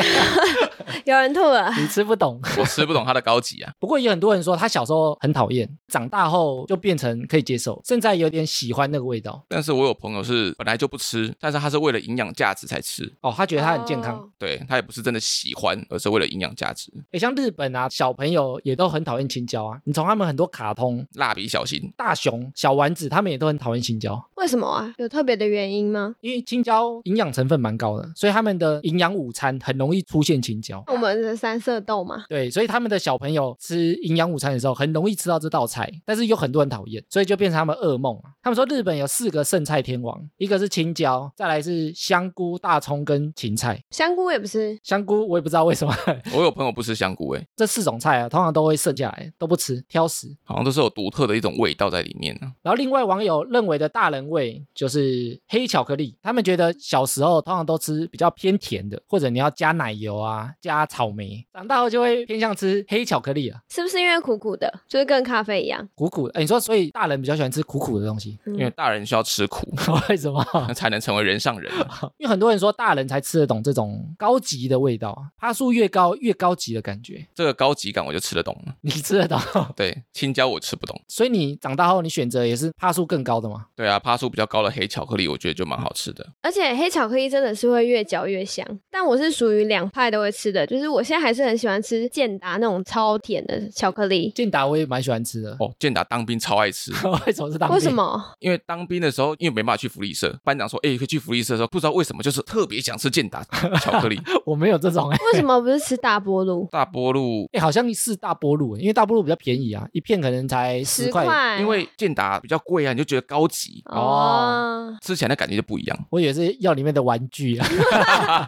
Speaker 2: 有人吐了，
Speaker 1: 你吃不懂。 [laughs]
Speaker 3: 我吃不懂它的高级啊。
Speaker 1: 不过也很多人说他小时候很讨厌，长大后就变成可以接受，现在有点喜欢那个味道
Speaker 3: 但是我有朋友是本来就不吃，但是他是为了营养价值才吃，
Speaker 1: 哦。他觉得它很健康。
Speaker 2: 哦。
Speaker 3: 对他也不是真的喜欢，而是为了营养价值。
Speaker 1: 诶，像日本啊，小朋友也都很讨厌青椒啊。你从他们很多卡通，
Speaker 3: 蜡笔小新
Speaker 1: 大雄、小丸子他们也都很讨厌青椒，
Speaker 2: 为什么啊？有特别的原因吗？
Speaker 1: 因为青椒营养成分蛮高的，所以他们的营养午餐很容易出现青椒。
Speaker 2: 我们的三色豆嘛，
Speaker 1: 对，所以他们的小朋友吃营养午餐的时候，很容易吃到这道菜，但是有很多人讨厌，所以就变成他们恶噩梦啊。他们说日本有四个剩菜天王，一个是青椒，再来是香菇、大葱跟芹菜。
Speaker 2: 香菇也不是，
Speaker 1: 香菇我也不知道为什么 [laughs]
Speaker 3: 我有朋友不吃香菇、欸，哎，
Speaker 1: 这四种菜啊，通常都会剩下来，都不吃，挑食。
Speaker 3: 好像都是有独特的一种味道在里面啊呢、
Speaker 1: 然后另外网友认为的大人味就是黑巧克力，他们觉得小时候通常都吃比较偏甜的，或者你要加奶油啊，加草莓，长大后就会偏向吃黑巧克力啊，
Speaker 2: 是不是因为苦苦的，就是跟咖啡一样？嗯
Speaker 1: 苦苦的。哎，你说所以大人比较喜欢吃苦苦的东西，
Speaker 3: 因为大人需要吃苦，
Speaker 1: 为什么？
Speaker 3: 才能成为人上人啊、
Speaker 1: 因为很多人说大人才吃得懂这种高级的味道啊，趴数越高越高级的感觉，
Speaker 3: 这个高级感我就吃得懂了。
Speaker 1: 你吃得懂。
Speaker 3: 对，青椒我吃不懂。
Speaker 1: [laughs] 所以你长大后你选择也是趴数更高的嘛？
Speaker 3: 对啊，趴数比较高的黑巧克力，我觉得就蛮好吃的。
Speaker 2: 而且黑巧克力真的是会越嚼越香，但我是属于两派都会吃的，就是我现在还是很喜欢吃健达那种超甜的巧克力。
Speaker 1: 健达我也蛮喜欢吃的。 [laughs]
Speaker 3: 哦，健达当兵超爱吃，
Speaker 1: 为什么是当兵？
Speaker 2: 为什么？
Speaker 3: 因为当兵的时候，因为没办法去福利社，班长说，哎、可以去福利社的时候，不知道为什么就是特别想吃健达巧克力。
Speaker 1: [laughs] 我没有这种哎、
Speaker 2: 为什么不是吃大波路？
Speaker 3: 大波路，
Speaker 1: 哎、好像是大波路，因为大波路比较便宜啊，一片可能才十
Speaker 2: 十
Speaker 1: 块。
Speaker 2: 块，
Speaker 3: 因为健达比较贵啊，你就觉得高级，
Speaker 2: 哦，
Speaker 3: 吃起来的感觉就不一样， [laughs]
Speaker 1: 我以为是要里面的玩具啊。 [laughs]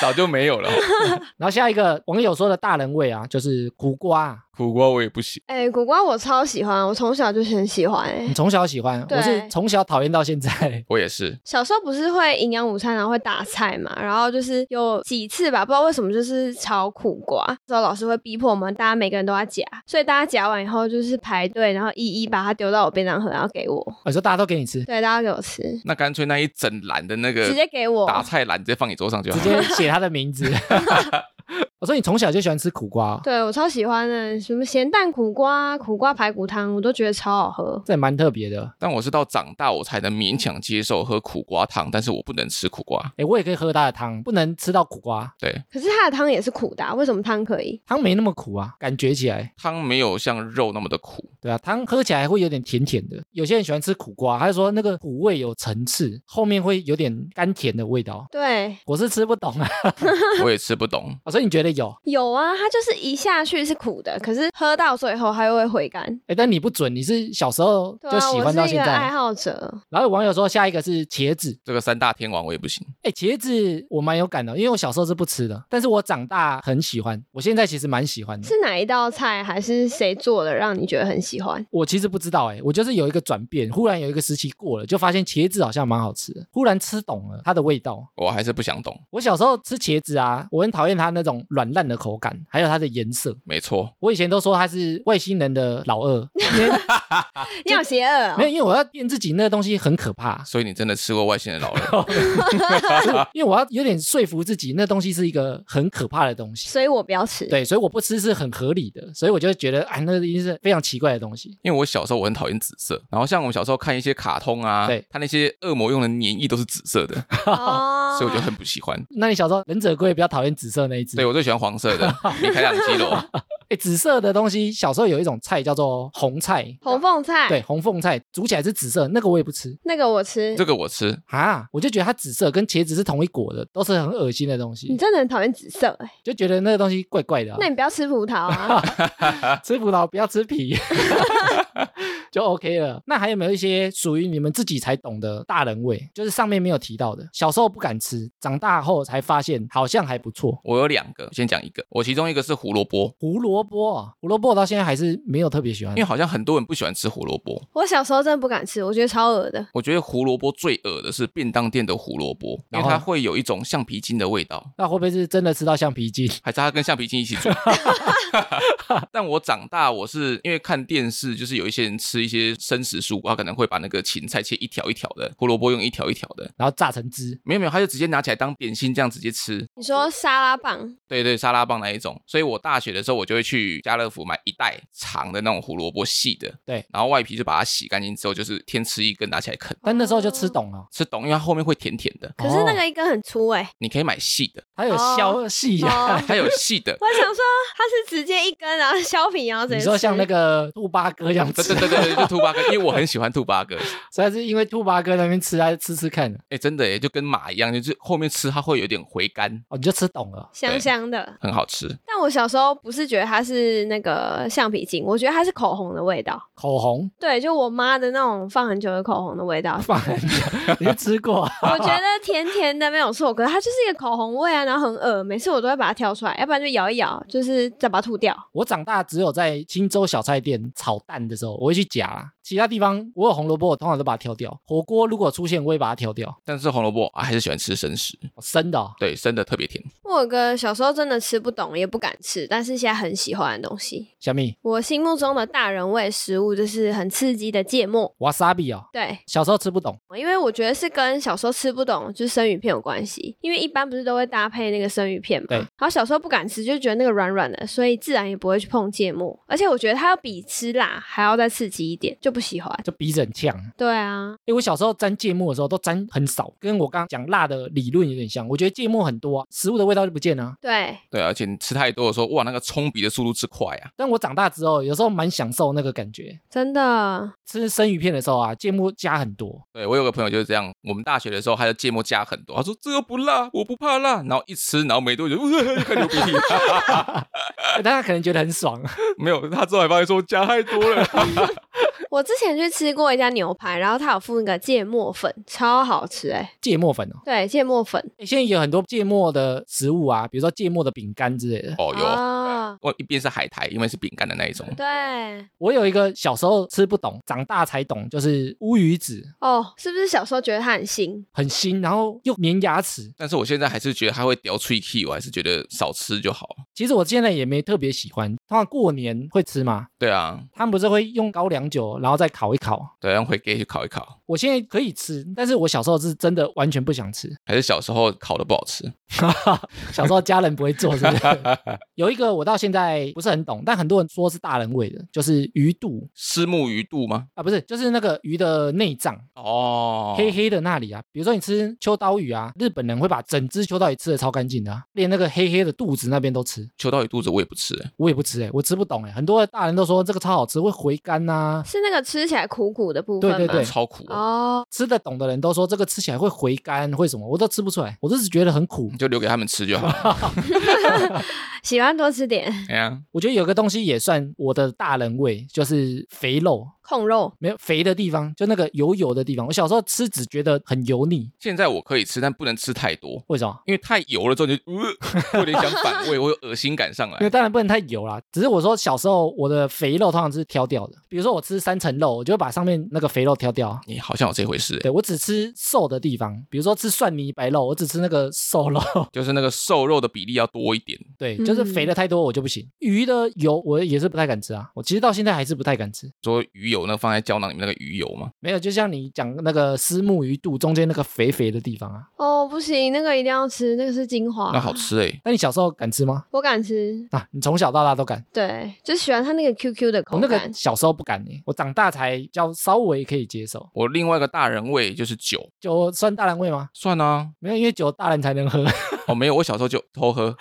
Speaker 3: 早就没有了。 [laughs]
Speaker 1: 然后下一个网友说的大人味啊，就是苦瓜、啊，
Speaker 3: 苦瓜我也不行，
Speaker 2: 哎、苦瓜我超喜欢，我从小就很喜欢、哎
Speaker 1: 你，从小喜欢，
Speaker 2: 对
Speaker 1: 我是从小讨厌到现在。
Speaker 3: 我也是。
Speaker 2: 小时候不是会营养午餐，然后会打菜嘛，然后就是有几次吧，不知道为什么就是炒苦瓜，之后老师会逼迫我们大家每个人都要夹，所以大家夹完以后就是排队，然后一一把它丢到我便当盒，然后给我，
Speaker 1: 我说大家都给你吃，
Speaker 2: 对，大家给我吃，
Speaker 3: 那干脆那一整篮的那
Speaker 2: 直
Speaker 3: 个
Speaker 2: 接给我，
Speaker 3: 打菜篮直接放你桌上就好
Speaker 1: 直
Speaker 3: 了。
Speaker 1: 接写他的名字。 [laughs] 我说你从小就喜欢吃苦瓜、哦，
Speaker 2: 对我超喜欢的，什么咸蛋苦瓜、苦瓜排骨汤，我都觉得超好喝。
Speaker 1: 这也蛮特别的。
Speaker 3: [laughs] 但我是到长大我才能勉强接受喝苦瓜汤，但是我不能吃苦瓜。
Speaker 1: 哎，我也可以喝它的汤，不能吃到苦瓜，
Speaker 3: 对，
Speaker 2: 可是它的汤也是苦的啊、为什么汤可以？
Speaker 1: 汤没那么苦啊，感觉起来，
Speaker 3: 汤没有像肉那么的
Speaker 2: [laughs]
Speaker 3: 苦，
Speaker 1: 对啊，汤喝起来会有点甜甜的。有些人喜欢吃苦瓜，他就说那个苦味有层次，后面会有点甘甜的味道。
Speaker 2: 对，
Speaker 1: 我是吃不懂啊， [laughs]
Speaker 3: 我也吃不懂。
Speaker 1: 所以你觉得有？
Speaker 2: 有啊，它就是一下去是苦的，可是喝到最后它又会回甘。
Speaker 1: 哎，但你不准，你是小时候
Speaker 2: 对
Speaker 1: 就
Speaker 2: 啊，
Speaker 1: 喜
Speaker 2: 我
Speaker 1: 欢到
Speaker 2: 是一
Speaker 1: 现
Speaker 2: 个
Speaker 1: 在。
Speaker 2: 爱好者。
Speaker 1: 然后有网友说下一个是茄子，
Speaker 3: 这个三大天王我也不行，
Speaker 1: 哎，茄子我蛮有感的，因为我小时候是不吃的，但是我长大很喜欢，我现在其实蛮喜欢的。
Speaker 2: 是哪一道菜，还是谁做的让你觉得很喜欢？
Speaker 1: 我其实不知道哎、我就是有一个转变，忽然有一个时期过了，就发现茄子好像蛮好吃的，忽然吃懂了它的味道。
Speaker 3: 我还是不想懂。
Speaker 1: 我小时候吃茄子啊，我很讨厌它那种软烂的口感，还有它的颜色。
Speaker 3: 没错，
Speaker 1: 我以前都说它是外星人的老
Speaker 2: [laughs]
Speaker 1: 二，因为
Speaker 2: 你好邪恶、
Speaker 1: 没有，
Speaker 2: 哦！
Speaker 1: 因为我要变自己那个东西很可怕，
Speaker 3: 所以你真的吃过外星人老
Speaker 1: [laughs]
Speaker 3: 人，
Speaker 2: 啊
Speaker 1: 因为我要有点说服自己那东西是一个很可怕的东西。
Speaker 2: 所以我不要吃。
Speaker 1: 对， [laughs] 所以我不吃是很合理的，所以我就觉得，哎，那一定是非常奇怪的东西。
Speaker 3: 因为我小时候我很讨厌紫色，然后像我们小时候看一些卡通啊，
Speaker 1: 对
Speaker 3: 它那些恶魔用的粘液都是紫色的，
Speaker 2: 哦
Speaker 3: 所以我就很不喜欢。
Speaker 1: 那你小时候忍者龟比较讨厌紫色那一只，
Speaker 3: 对，我最喜欢黄
Speaker 1: [laughs]
Speaker 3: 色的，米开朗基罗。
Speaker 1: 哎，紫色的东西小时候有一种菜叫做红菜，
Speaker 2: 红凤菜，
Speaker 1: 对，红凤菜煮起来是紫色，那个我也不吃
Speaker 2: 那个我吃。
Speaker 3: 这个我吃，
Speaker 1: 啊，我就觉得它紫色跟茄子是同一果的，都是很恶心的东
Speaker 2: 你
Speaker 1: 西，
Speaker 2: 真的很讨厌紫色哎、
Speaker 1: 就觉得那个东西怪怪的啊、
Speaker 2: 那你不要吃葡萄
Speaker 1: [laughs]
Speaker 2: 啊！
Speaker 1: 吃葡萄不要吃皮， [laughs] 就 OK 了。那还有没有一些属于你们自己才懂的大人味，就是上面没有提到的，小时候不敢吃，长大后才发现好像还不错。
Speaker 3: 我有两个，先讲一个，我其中一个是胡萝卜，
Speaker 1: 胡萝卜啊，胡萝卜我到现在还是没有特别喜欢
Speaker 3: 因为。好像很多人不喜欢吃胡萝卜，
Speaker 2: 我小时候真的不敢吃，我觉得超恶的。
Speaker 3: 我觉得胡萝卜最恶的是便当店的胡萝卜，因
Speaker 1: 然
Speaker 3: 为
Speaker 1: 后
Speaker 3: 它会有一种橡皮筋的味道，
Speaker 1: 那会不会是真的吃到橡皮筋？
Speaker 3: 还是它跟橡皮筋一
Speaker 1: [laughs]
Speaker 3: 起煮。 [laughs] 但我长大，我是因为看电视，就是有一些人吃一些生食蔬果，他可能会把那个芹菜切一条一条的，胡萝卜用一条一条的，
Speaker 1: 然后榨成汁？
Speaker 3: 没有没有，他就直接拿起来当点心这样直接吃。
Speaker 2: 你说沙拉棒，
Speaker 3: 对对，沙拉棒那一种。所以我大学的时候，我就会去家乐福买一袋长的那种胡萝卜细的，
Speaker 2: 哦
Speaker 1: 对，
Speaker 3: 然后外皮就把它洗干净之后，就是天吃一根拿起来啃，
Speaker 1: 但那时候就吃懂了，
Speaker 3: 吃懂，因为它后面会甜甜的，
Speaker 2: 可是那
Speaker 1: 哦
Speaker 2: 个一根很粗哎、
Speaker 3: 你可以买细的，
Speaker 1: 它有消 [laughs] 细啊。
Speaker 2: 哦，。
Speaker 3: 它有细的
Speaker 2: 我想说它是直接一根，然后削皮，然后直接
Speaker 1: 你说像那
Speaker 2: 个
Speaker 1: 个兔八哥这样
Speaker 3: 对
Speaker 1: 吃
Speaker 3: 对，对对对对，就兔八哥，因为我很喜欢兔八哥。
Speaker 1: 实在是因为兔八哥在那边吃，还是吃吃看的
Speaker 3: 哎，真的耶，就跟马一样，就是后面吃它会有点回甘，
Speaker 1: 哦，你就吃懂了。
Speaker 2: 香香的。
Speaker 3: 很好吃。
Speaker 2: 但我小时候不是觉得它是那个橡皮筋，我觉得它是口红的味道。
Speaker 1: 口红，
Speaker 2: 对，就我妈的那种放很久的口红的味道
Speaker 1: 放很久， [laughs] 你是吃过啊？
Speaker 2: [laughs] 我觉得甜甜的没有错，可是它就是一个口红味啊，然后很恶，每次我都会把它挑出来，要不然就咬一咬，就是再把它吐掉。
Speaker 1: 我长大只有在青州小菜店炒蛋的时候，我会去夹啦。其他地方我有红萝卜，我通常都把它挑掉。火锅如果出现，我也把它挑掉。
Speaker 3: 但是红萝卜啊，还是喜欢吃生食，
Speaker 1: 哦生的、哦，
Speaker 3: 对，生的特别甜。
Speaker 2: 我有个小时候真的吃不懂，也不敢吃，但是现在很喜欢的东西。
Speaker 1: 小米
Speaker 2: 我心目中的大人味食物就是很刺激的芥末，
Speaker 1: w a s a b 哦，
Speaker 2: 对，
Speaker 1: 小时候吃不懂，
Speaker 2: 因为我觉得是跟小时候吃不懂就是生鱼片有关系，因为一般不是都会搭配那个生鱼片嘛。
Speaker 1: 对
Speaker 2: 然后小时候不敢吃，就觉得那个软软的，所以自然也不会去碰芥末。而且我觉得它要比吃辣还要再刺激一点，就不喜欢。
Speaker 1: 就鼻子很呛。
Speaker 2: 对啊，
Speaker 1: 因为我小时候沾芥末的时候都沾很少，跟我刚刚讲辣的理论有点像。我觉得芥末很多、啊，食物的味道就不见了啊、
Speaker 2: 对，
Speaker 3: 对，而且你吃太多的时候，哇，那个冲鼻的速度之快啊！
Speaker 1: 但我长大之后，有时候蛮享受那个感觉。
Speaker 2: 真的，
Speaker 1: 吃生鱼片的时候啊，芥末加很多，
Speaker 3: 对我有个朋友就是这样，我们大学的时候他的芥末加很多，他说这个不辣，我不怕辣，然后一吃，然后没多久就 [laughs] 快流鼻涕，
Speaker 1: 但他可能觉得很爽。
Speaker 3: [laughs]
Speaker 1: [laughs]
Speaker 3: 没有，他之后还发现说加太多了，
Speaker 2: 我之前去吃过一家牛排，然后它有附那个芥末粉，超好吃哎、
Speaker 1: 芥末粉哦，
Speaker 2: 对，芥末粉
Speaker 1: 欸现在有很多芥末的食物啊，比如说芥末的饼干之类的。
Speaker 3: [laughs] 哦哟，
Speaker 2: 啊，
Speaker 3: 我一边是海苔，因为是饼干的那一种，
Speaker 2: 对
Speaker 1: 我有一个小时候吃不懂，长大才懂，就是乌鱼子，
Speaker 2: 哦，是不是小时候觉得它很腥？
Speaker 1: 很腥，然后又粘牙齿。
Speaker 3: 但是我现在还是觉得它会叼脆气，我还是觉得少吃就好。
Speaker 1: 其实我现在也没特别喜欢，通常过年会吃嘛，
Speaker 3: 对啊，
Speaker 1: 他们不是会用高粱酒，然后再烤一烤。
Speaker 3: 对，啊让回给去烤一烤，
Speaker 1: 我现在可以吃，但是我小时候是真的完全不想吃。 [laughs]
Speaker 3: 还是小时候烤的不好吃，
Speaker 1: 小时候家人不会做，是 [laughs] 不是？有一个我到现在不是很懂，但很多人说是大人味的，就是鱼肚
Speaker 3: 虱目鱼肚吗？
Speaker 1: 啊，不是，就是那个鱼的内脏，
Speaker 3: 哦，
Speaker 1: 黑黑的那里啊。比如说你吃秋刀鱼啊，日本人会把整只秋刀鱼吃的超干净的、啊，连那个黑黑的肚子那边都吃。
Speaker 3: 秋刀鱼肚子我也不吃，
Speaker 1: 我也不吃哎、我吃不懂哎、很多大人都说这个超好吃，会回甘啊呐、
Speaker 2: 是那个吃起来苦苦的部分吗？
Speaker 1: 对对
Speaker 3: 超苦、哦，
Speaker 2: 哦，
Speaker 1: 吃得懂的人都说这个吃起来会回甘，会什么，我都吃不出来，我就是觉得很苦
Speaker 3: 你。就留给他们吃就好了。
Speaker 2: 喜欢多吃点
Speaker 3: 哎呀，
Speaker 1: 我觉得有个东西也算我的大人味，就是肥肉。
Speaker 2: 控肉。
Speaker 1: 没有肥的地方，就那个油油的地方。我小时候吃只觉得很油腻，
Speaker 3: 现在我可以吃，但不能吃太多。
Speaker 1: 为什么？
Speaker 3: 因为太油了之后你就，呃，会有点想反胃，我有恶心感上
Speaker 1: 因为
Speaker 3: 来。
Speaker 1: 当然不能太油啦，只是我说小时候我的肥肉通常是挑掉的，比如说我吃三层肉，我就会把上面那个肥肉挑掉啊。
Speaker 3: 你好像有这回事欸，
Speaker 1: 对我只吃瘦的地方，比如说吃蒜泥白肉，我只吃那个瘦肉。 [laughs]
Speaker 3: 欸就是那个瘦肉的比例要多一点。
Speaker 1: 对，就是肥
Speaker 2: 嗯
Speaker 1: 的太多我就不行。鱼的油我也是不太敢吃啊，我其实到现在还是不太敢吃。
Speaker 3: 说鱼油那个放在胶囊里面那个鱼油嘛，
Speaker 1: 没有，就像你讲那个丝木鱼肚中间那个肥肥的地方啊，
Speaker 2: 哦，不行，那个一定要吃，那个是精华。
Speaker 3: 那好吃哎。
Speaker 1: 那你小时候敢吃吗？
Speaker 2: 我敢吃，
Speaker 1: 啊，你从小到大都敢。
Speaker 2: 对，就喜欢它那个 QQ 的口
Speaker 1: 我
Speaker 3: 哦
Speaker 2: 感。
Speaker 1: 那个小时候不敢呢、欸我长大才比较稍微可以接受。
Speaker 3: 我另外一个大人味就是酒，
Speaker 1: 酒算大人味吗？
Speaker 3: 算啊。
Speaker 1: 没有，因为酒大人才能喝。
Speaker 3: 哦，没有，我小时候就偷喝。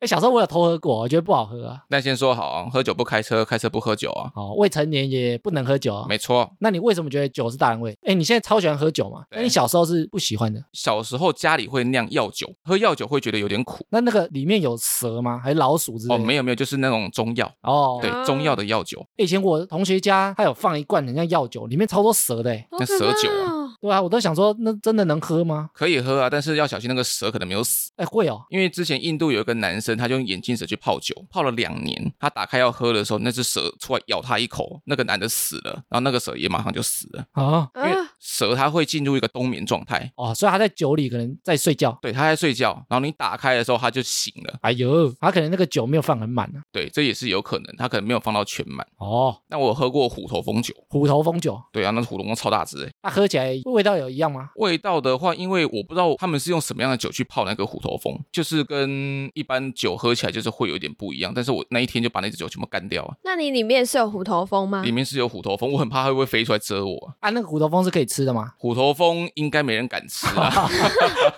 Speaker 1: 哎、小时候我有偷喝过，我觉得不好喝啊。
Speaker 3: 但先说好啊，喝酒不开车，开车不喝酒啊。
Speaker 1: 哦，未成年也不能喝酒、啊。
Speaker 3: 没错，
Speaker 1: 那你为什么觉得酒是大人味？哎，你现在超喜欢喝酒嘛？
Speaker 3: 对
Speaker 1: 那你小时候是不喜欢的。
Speaker 3: 小时候家里会酿药酒，喝药酒会觉得有点苦。
Speaker 1: 那那个里面有蛇吗？还是老鼠之类
Speaker 3: 哦，
Speaker 1: 的？
Speaker 3: 没有没有，就是那种中药，
Speaker 1: 哦，欸
Speaker 3: 对
Speaker 2: 啊，
Speaker 3: 中药的药酒。
Speaker 1: 以前我同学家他有放一罐很像药酒，里面超多蛇的哎。
Speaker 2: 好
Speaker 3: 那
Speaker 2: 可
Speaker 3: 蛇
Speaker 2: 怕
Speaker 3: 酒啊
Speaker 2: 哦
Speaker 1: 对啊，我都想说，那真的能喝吗？
Speaker 3: 可以喝啊，但是要小心那个蛇可能没有死。
Speaker 1: 哎，会哦。
Speaker 3: 因为之前印度有一个男生，他就用眼镜蛇去泡酒，泡了两年。他打开要喝的时候，那只蛇出来咬他一口，那个男的死了，然后那个蛇也马上就死了。
Speaker 1: 啊，
Speaker 3: 因为
Speaker 2: 啊，
Speaker 3: 蛇它会进入一个冬眠状态，
Speaker 1: 哦，所以他在酒里可能在睡觉。
Speaker 3: 对，它在睡觉，然后你打开的时候它就醒了，
Speaker 1: 哎呦，他可能那个酒没有放很满啊。
Speaker 3: 对，这也是有可能，它可能没有放到全满。
Speaker 1: 哦，
Speaker 3: 但我有喝过虎头蜂酒，
Speaker 1: 虎头蜂酒，
Speaker 3: 对啊，那虎头蜂超大只欸，
Speaker 1: 它喝起来味道有一样吗？
Speaker 3: 味道的话，因为我不知道他们是用什么样的酒去泡那个虎头蜂，就是跟一般酒喝起来就是会有点不一样。但是我那一天就把那只酒全部干掉了，
Speaker 2: 那你里面是有虎头蜂吗
Speaker 3: [laughs] 里？面是有虎头蜂，我很怕它会不会飞出来蛰我啊。
Speaker 1: 啊，那个虎头蜂是可以以吃的吗？
Speaker 3: 虎头蜂应该没人敢吃
Speaker 1: [laughs]
Speaker 3: 啊，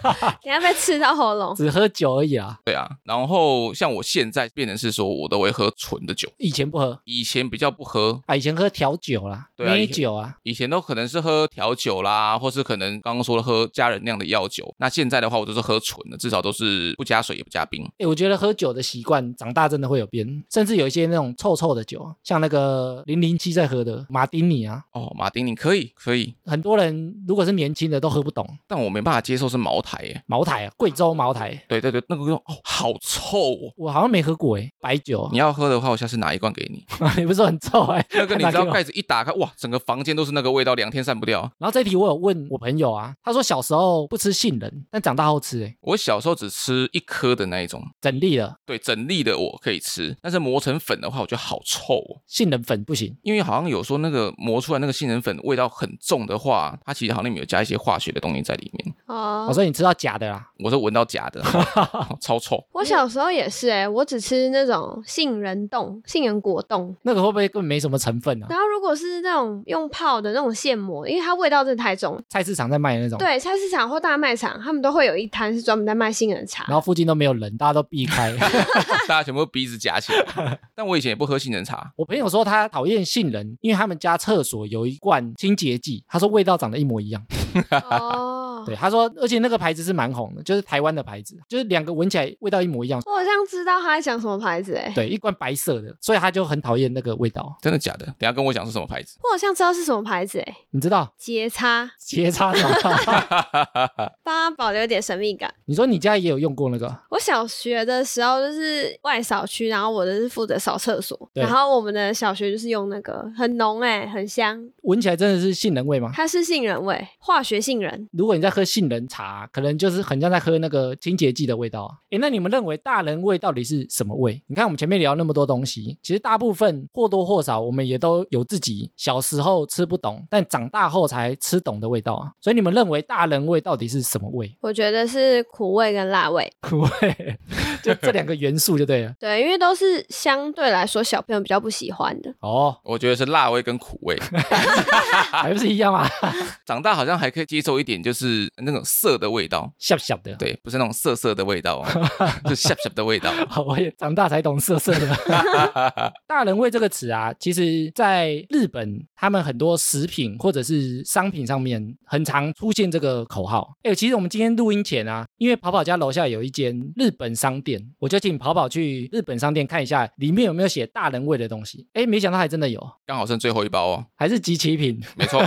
Speaker 2: 等一下被吃到喉咙。哦
Speaker 1: 只喝酒而已啊，
Speaker 3: 对啊。然后像我现在变成是说，我都会喝纯的酒，
Speaker 1: 以前不喝
Speaker 3: 以前比较不喝，
Speaker 1: 啊，以前喝调酒啦，
Speaker 3: 对啊
Speaker 1: 美
Speaker 3: 以前
Speaker 1: 酒啊，
Speaker 3: 以前都可能是喝调酒啦，或是可能刚刚说的喝家人酿的药酒。那现在的话，我都是喝纯的，至少都是不加水也不加冰。
Speaker 1: 哎，我觉得喝酒的习惯长大真的会有变，甚至有一些那种臭臭的酒，像那个零零七在喝的马丁尼啊，
Speaker 3: 哦，马丁，你可以可以，
Speaker 1: 很多人如果是年轻的都喝不懂，
Speaker 3: 但我没办法接受是茅台耶。
Speaker 1: 茅台啊，贵州茅台，
Speaker 3: 对对对，那个味道哦，好臭哦！
Speaker 1: 我好像没喝过哎，白酒
Speaker 3: 你，要喝的话，我下次拿一罐给你。
Speaker 1: [laughs] 你不是很臭哎？[laughs]
Speaker 3: 那个你
Speaker 1: 拿
Speaker 3: 知
Speaker 1: 给
Speaker 3: 道
Speaker 1: 我
Speaker 3: 盖子一打开，哇，整个房间都是那个味道，两天散不掉。
Speaker 1: 然后这一题我有问我朋友啊，他说小时候不吃杏仁，但长大后吃、欸，
Speaker 3: 我小时候只吃一颗的那一种，
Speaker 1: 整粒了，
Speaker 3: 对，整粒的我可以吃，但是磨成粉的话，我觉得好臭哦。
Speaker 1: 杏仁粉不行。
Speaker 3: 因为好像有说那个磨出来那个杏仁粉味道很重的话，它其实好像里面有加一些化学的东西在里面。
Speaker 1: 我
Speaker 2: 哦，
Speaker 1: 说你吃到假的啦，
Speaker 3: 我说闻到假的，超臭。 [laughs]
Speaker 1: 嗯
Speaker 2: 我小时候也是哎、我只吃那种杏仁冻、杏仁果冻。
Speaker 1: 那个会不会根本没什么成分啊？
Speaker 2: 然后如果是那种用泡的那种现磨，因为它味道真的太重。
Speaker 1: 菜市场在卖的那种，，
Speaker 2: 对，菜市场或大卖场，他们都会有一摊是专门在卖杏仁茶
Speaker 1: [laughs] 然。后附近都没有人，大家都避
Speaker 3: [laughs]
Speaker 1: 开。
Speaker 3: 大家全部鼻子夹起来。但我以前也不喝杏仁茶，
Speaker 1: 我朋友说他讨厌杏仁，因为他们家厕所有一罐清洁剂，他说味道长得一模一样。
Speaker 2: 哦，
Speaker 1: 对，他说，而且那个牌子是蛮红的，就是台湾的牌子，就是两个闻起来味道一模一样。
Speaker 2: 我好像知道他在讲什么牌子哎、
Speaker 1: 对，一罐白色的，所以他就很讨厌那个味道。
Speaker 3: 真的假的？等一下跟我讲是什么牌子。
Speaker 2: 我好像知道是什么牌子哎、
Speaker 1: 你知道 [laughs]
Speaker 2: 结叉，
Speaker 1: 斜插头？
Speaker 2: 帮他保留一点神秘感。
Speaker 1: [laughs] 你说你家也有用过那个？
Speaker 2: 我小学的时候就是外扫区，然后我的是负责扫厕所，
Speaker 1: 对
Speaker 2: 然后我们的小学就是用那个很浓哎、很香，
Speaker 1: 闻起来真的是杏仁味吗？
Speaker 2: 它是杏仁味，化学杏仁。
Speaker 1: 如果你在喝杏仁茶，可能就是很像在喝那个清洁剂的味道啊。诶，那你们认为大人味到底是什么味？你看我们前面聊那么多东西，其实大部分或多或少我们也都有自己小时候吃不懂，但长大后才吃懂的味道啊。所以你们认为大人味到底是什么味？
Speaker 2: 我觉得是苦味跟辣味，
Speaker 1: 苦味，就这两个元素就
Speaker 2: [laughs]
Speaker 1: 对了。
Speaker 2: 对，因为都是相对来说小朋友比较不喜欢的。
Speaker 1: 哦，
Speaker 3: 我觉得是辣味跟苦味，
Speaker 1: 还不是一样吗？
Speaker 3: 长大好像还可以接受一点，就是那种涩的味道，
Speaker 1: 小小的。
Speaker 3: 对，不是那种涩涩的味道、哦，是涩涩的味道。
Speaker 1: 好，我也长大才懂色色的。大人味这个词啊，其实在日本，他们很多食品或者是商品上面很常出现这个口号。哎，其实我们今天录音前啊，因为跑跑家楼下有一间日本商店，我就请跑跑去日本商店看一下里面有没有写大人味的东西。哎，没想到还真的有，
Speaker 3: 刚好剩最后一包哦，
Speaker 1: 还是集齐品。
Speaker 3: 没错，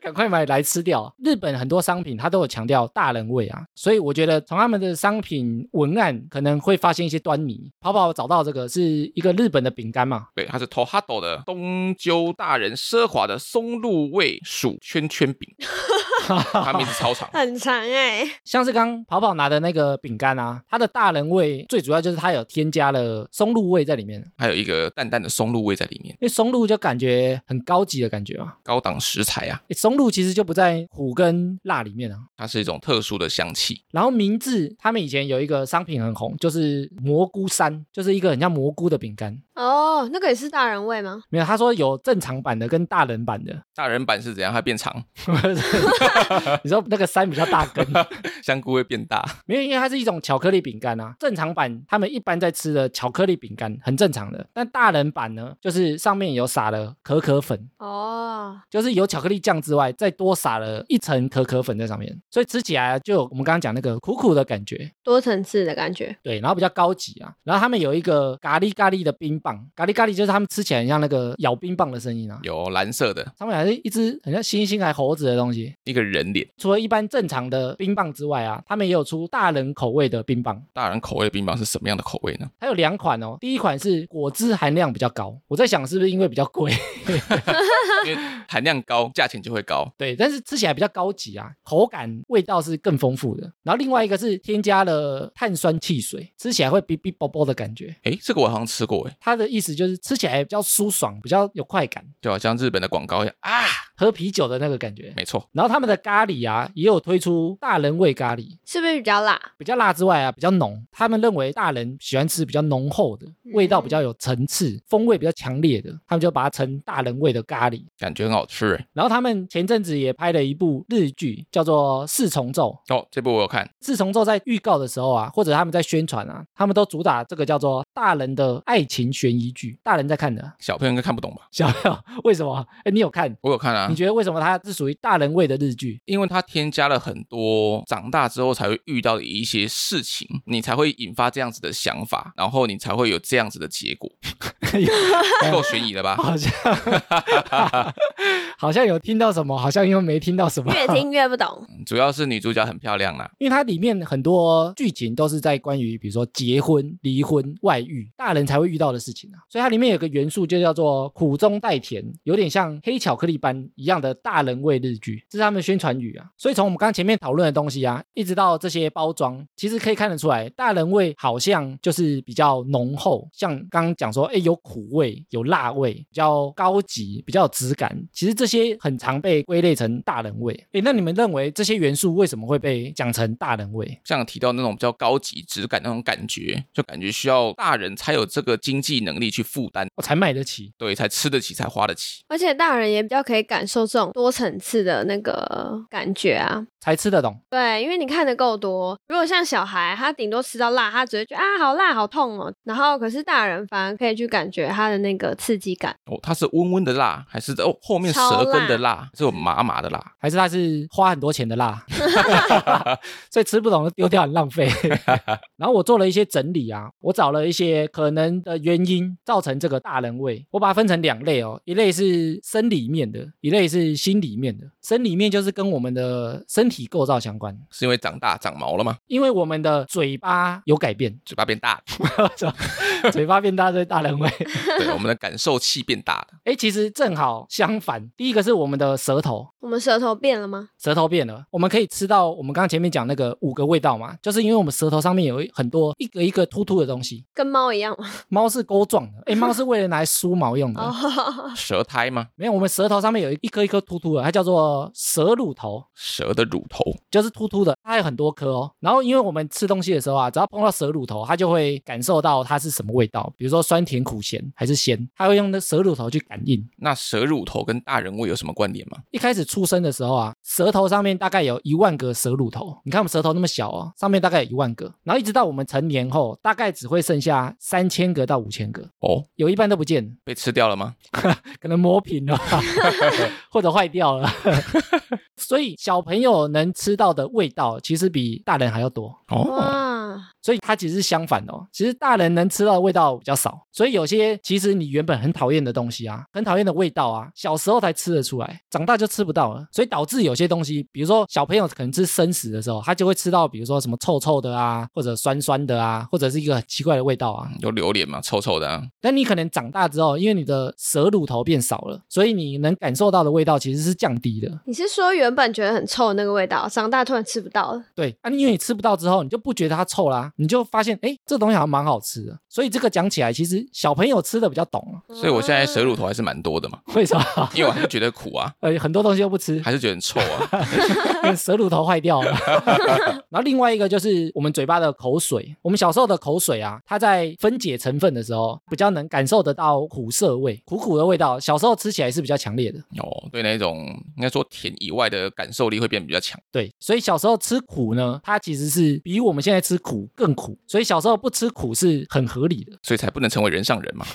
Speaker 1: 赶快买来吃掉。日本很多商品它都有强调大人味啊，所以我觉得从他们的商品文案可能会发现一些端倪。跑跑找到这个是一个日本的饼干嘛，
Speaker 3: 对，它是 Tohado 的东鸠大人奢华的松露味薯圈圈饼，它名字超长。
Speaker 2: 很长哎、
Speaker 1: 像是刚跑跑拿的那个饼干啊，它的大人味最主要就是它有添加了松露味在里面，
Speaker 3: 还有一个淡淡的松露味在里面，
Speaker 1: 因为松露就感觉很高级的感觉啊。
Speaker 3: 高档食材啊，
Speaker 1: 诶松露其实就不在苦跟辣里面啊。
Speaker 3: 它是一种特殊的香气。
Speaker 1: 然后明治他们以前有一个商品很红，就是蘑菇山，就是一个很像蘑菇的饼干。
Speaker 2: 哦，那个也是大人味吗？
Speaker 1: 没有，他说有正常版的跟大人版的，
Speaker 3: 大人版是怎样？它变长，
Speaker 1: 你说那个山比较大根，
Speaker 3: [laughs] 香菇会变大。
Speaker 1: 没有，因为它是一种巧克力饼干啊。正常版他们一般在吃的巧克力饼干很正常的，但大人版呢，就是上面有撒了可可粉，
Speaker 2: 哦，
Speaker 1: 就是有巧克力酱之外，再多撒了一层可可粉在上面，所以吃起来就有我们刚刚讲那个苦苦的感觉。
Speaker 2: 多层次的感觉。
Speaker 1: 对，然后比较高级啊，然后他们有一个咖喱咖喱的冰棒，咖喱咖喱就是他们吃起来很像那个咬冰棒的声音啊，
Speaker 3: 有蓝色的
Speaker 1: 上面还是一只很像猩猩还猴子的东西，
Speaker 3: 一个人脸，
Speaker 1: 除了一般正常的冰棒之外啊，他们也有出大人口味的冰棒，
Speaker 3: 大人口味的冰棒是什么样的口味呢？
Speaker 1: 它有两款哦。第一款是果汁含量比较高，我在想是不是因为比较贵， [laughs]
Speaker 3: 因为含量高，价钱就会高。
Speaker 1: 对，但是吃起来比较高级啊，口感味道是更丰富的。然后另外一个是添加了碳酸汽水，吃起来会哔哔啵啵的感觉。
Speaker 3: 诶，这个我好像吃过诶，
Speaker 1: 它的意思就是吃起来比较舒爽，比较有快感。
Speaker 3: 就好像日本的广告一样啊，
Speaker 1: 喝啤酒的那个感觉。
Speaker 3: 没错，
Speaker 1: 然后他们的咖喱啊，也有推出大人味咖喱，
Speaker 2: 是不是比较 [laughs] 辣？
Speaker 1: 比较辣之外啊，比较浓。他们认为大人喜欢吃比较浓厚的，味道比较有层次，风味比较强烈的，他们就把它称大人味的咖喱。
Speaker 3: 感觉很好吃欸。
Speaker 1: 然后他们前阵子也拍了一部日剧，叫做《四重奏》。
Speaker 3: 哦，这部我有看，
Speaker 1: 四重奏在预告的时候啊，或者他们在宣传啊，他们都主打这个叫做大人的爱情悬疑剧，大人在看的。 [laughs]
Speaker 3: 小朋友应该看不懂吧？
Speaker 1: 小朋友为什么？哎，你有看？
Speaker 3: 我有看啊
Speaker 1: 你，觉得为什么它是属于大人味的日剧？ [laughs]
Speaker 3: 因为它添加了很多长大之后才会遇到的一些事情，你才会引发这样子的想法，然后你才会有这样子的结
Speaker 2: [laughs]
Speaker 3: 果。够悬疑了吧？
Speaker 1: 好像 [laughs] 好像有听到什么，好像又没听到什么。 [laughs]
Speaker 2: 越听越不懂。
Speaker 3: 主要是女主角很漂亮啦，
Speaker 1: 因为它里面很多剧情都是在关于比如说结婚、离婚、外遇，大人才会遇到的事情啊，所以它里面有个元素就叫做苦中带甜，有点像黑巧克力般一样的大人味日剧，这是他们的宣传语啊。所以从我们刚刚前面讨论的东西啊，一直到这些包装，其实可以看得出来，大人味好像就是比较浓厚，像刚刚讲说，哎，有苦味、有辣味，比较高级、比较有质感，其实这些很常被归类成大人味。哎，那你们认为这些元素为什么会被讲成大人味？
Speaker 3: 像提到那种比较高级质感那种感觉，就感觉需要大人才有这个经济能力去负担，
Speaker 1: 我才买得起。
Speaker 3: 对，才吃得起，才花得起。
Speaker 2: 而且大人也比较可以感受这种多层次的那个感觉啊。
Speaker 1: 才吃得懂，
Speaker 2: 对，因为你看的够多。如果像小孩，他顶多吃到辣，他只会觉得啊好辣好痛哦。然后可是大人反而可以去感觉他的那个刺激感。
Speaker 3: 哦，它是温温的辣，还是哦后面
Speaker 2: 超
Speaker 3: 舌根的
Speaker 2: 辣
Speaker 3: 辣，还是有麻麻的辣？
Speaker 1: 还是它是花很多钱的辣， [laughs] 所以吃不懂就丢掉很浪费。然后我做了一些整理啊，我找了一些可能的原因造成这个大人味，我把它分成两类哦，一类是生理面的，一类是心里面的。生理面就是跟我们的身体构造相关，
Speaker 3: 是因为长大长毛了吗？
Speaker 1: 因为我们的嘴巴有改变，
Speaker 3: 嘴巴变大了， [laughs]
Speaker 1: 嘴巴变大，所以大人味。 [laughs]
Speaker 3: 对，我们的感受器变大了。
Speaker 1: 哎，其实正好相反，第一个是我们的舌头，
Speaker 2: 我们舌头变了吗？
Speaker 1: 舌头变了，我们可以吃到我们刚刚前面讲那个五个味道嘛，就是因为我们舌头上面有一很多一个一个突突的东西。
Speaker 2: 跟猫一样吗？
Speaker 1: 猫是钩状的，诶，猫是为了拿来梳毛用的。
Speaker 2: 哦，
Speaker 3: 舌苔吗？
Speaker 1: 没有，我们舌头上面有一颗一颗突突的，它叫做舌乳头，
Speaker 3: 蛇的乳头，
Speaker 1: 就是突突的，它有很多颗哦。然后因为我们吃东西的时候啊，只要碰到舌乳头，它就会感受到它是什么味道，比如说酸甜苦咸还是咸，它会用那舌乳头去感应。
Speaker 3: 那蛇乳头跟大人味有什么关联吗？
Speaker 1: 一开始出生的时候啊，舌头上面大概有一万个舌乳头。你看我们舌头那么小哦，上面大概有一万个，然后一直到我们成年后，大概只会剩下三千个到五千个，
Speaker 3: 哦，
Speaker 1: 有一半都不见了，
Speaker 3: 被吃掉了吗？
Speaker 1: 可能磨平了 [laughs] 吧，或者坏掉了。 [laughs] 所以小朋友能吃到的味道，其实比大人还要多。
Speaker 2: [laughs] 嗯
Speaker 3: 哦，
Speaker 2: 哇，
Speaker 1: 所以它其实是相反的哦。其实大人能吃到的味道比较少，所以有些其实你原本很讨厌的东西啊，很讨厌的味道啊，小时候才吃得出来，长大就吃不到了。所以导致有些东西，比如说小朋友可能吃生食的时候，他就会吃到，比如说什么臭臭的啊，或者酸酸的啊，或者是一个很奇怪的味道啊。
Speaker 3: 有榴莲嘛，臭臭的、啊。
Speaker 1: 但你可能长大之后，因为你的舌乳头变少了，所以你能感受到的味道其实是降低的。
Speaker 2: 你是说原本觉得很臭的那个味道，长大突然吃不到了？
Speaker 1: 对啊，因为你吃不到之后，你就不觉得它臭啦，你就发现哎，诶这东西好像蛮好吃的。所以这个讲起来，其实小朋友吃的比较懂啊。
Speaker 3: 所以我现在
Speaker 2: 哦
Speaker 3: 蛇乳头还是蛮多的嘛，
Speaker 1: 为什么？ [laughs]
Speaker 3: [laughs] 因为我还是觉得苦啊，
Speaker 1: 呃，很多东西都不吃，
Speaker 3: 还是觉得很臭啊。
Speaker 1: 因为舌乳头坏掉了。 [laughs] 然后另外一个就是我们嘴巴的口水，我们小时候的口水啊，它在分解成分的时候，比较能感受得到苦涩味、苦苦的味道。小时候吃起来是比较强烈的，
Speaker 3: 哦，对那种应该说甜以外的感受力会变得比较强。
Speaker 1: 对，所以小时候吃苦呢，它其实是比我们现在吃苦更苦，所以小时候不吃苦是很合理的。
Speaker 3: 所以才不能成为人上人嘛。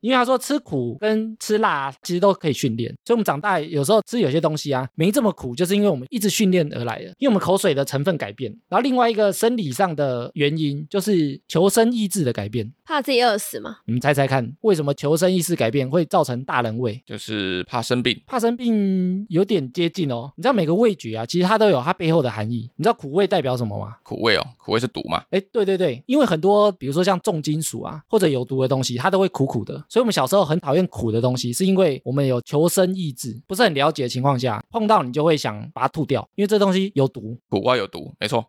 Speaker 1: 因为他说吃苦跟吃辣啊其实都可以训练，所以我们长大有时候吃有些东西啊没这么苦，就是因为我们一直训练而来的，因为我们口水的成分改变。然后另外一个生理上的原因就是求生意志的改变。
Speaker 2: 怕自己饿死吗？
Speaker 1: 你们猜猜看，为什么求生意识改变会造成大人味？
Speaker 3: 就是怕生病，
Speaker 1: 怕生病有点接近哦。你知道每个味觉啊，其实它都有它背后的含义。你知道苦味代表什么吗？
Speaker 3: 苦味哦，苦味是毒嘛，
Speaker 1: 哎，对对对，因为很多比如说像重金金属啊，或者有毒的东西，它都会苦苦的。所以我们小时候很讨厌苦的东西，是因为我们有求生意志，不是很了解的情况下，碰到你就会想把它吐掉，因为这东西有毒。
Speaker 3: 苦瓜有毒，没错。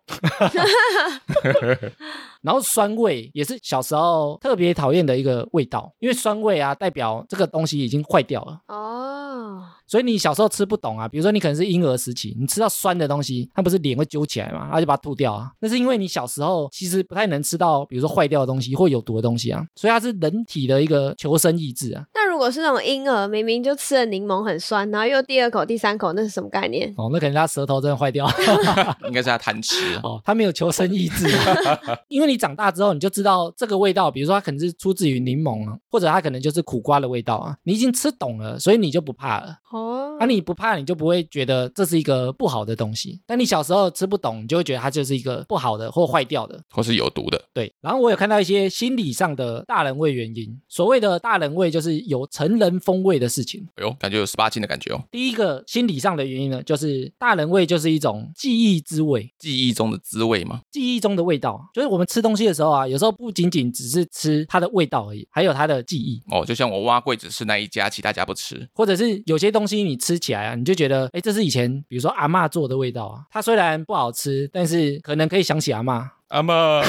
Speaker 1: 然后酸味也是小时候特别讨厌的一个味道，因为酸味啊代表这个东西已经坏掉了。
Speaker 2: 哦，
Speaker 1: 所以你小时候吃不懂啊，比如说你可能是婴儿时期，你吃到酸的东西，它不是脸会揪起来嘛，然后就把它吐掉啊。那是因为你小时候其实不太能吃到，比如说坏掉的东西或有毒的东西啊，所以它是人体的一个求生意志啊。
Speaker 2: 那如果是那种婴儿，明明就吃了柠檬很酸，然后又第二口、第三口，那是什么概念？
Speaker 1: 哦，那可能他舌头真的坏掉了。 [laughs]
Speaker 3: 应该是他贪吃。啊
Speaker 1: 哦，他没有求生意志、啊， [laughs] 因为你长大之后你就知道这个味道，比如说它可能是出自于柠檬啊，或者它可能就是苦瓜的味道啊，你已经吃懂了，所以你就不怕了。
Speaker 2: 哦
Speaker 1: 啊，你不怕，你就不会觉得这是一个不好的东西。但你小时候吃不懂，你就会觉得它就是一个不好的或坏掉的。
Speaker 3: 或是有毒的，
Speaker 1: 对，然后我有看到一些心理上的大人味原因。所谓的大人味，就是有成人风味的事情。
Speaker 3: 哎呦，感觉有十八禁的感觉哦。
Speaker 1: 第一个心理上的原因呢，就是大人味就是一种记忆之味，
Speaker 3: 记忆中的滋味吗？
Speaker 1: 记忆中的味道。就是我们吃东西的时候啊，有时候不仅仅只是吃它的味道而已，还有它的记忆。
Speaker 3: 哦，就像我挖柜子吃那一家，其他家不吃。
Speaker 1: 或者是有些东西你吃起来啊，你就觉得，哎，这是以前比如说阿嬷做的味道啊，它虽然不好吃，但是可能可以想起阿嬷， [laughs]
Speaker 3: 阿妈，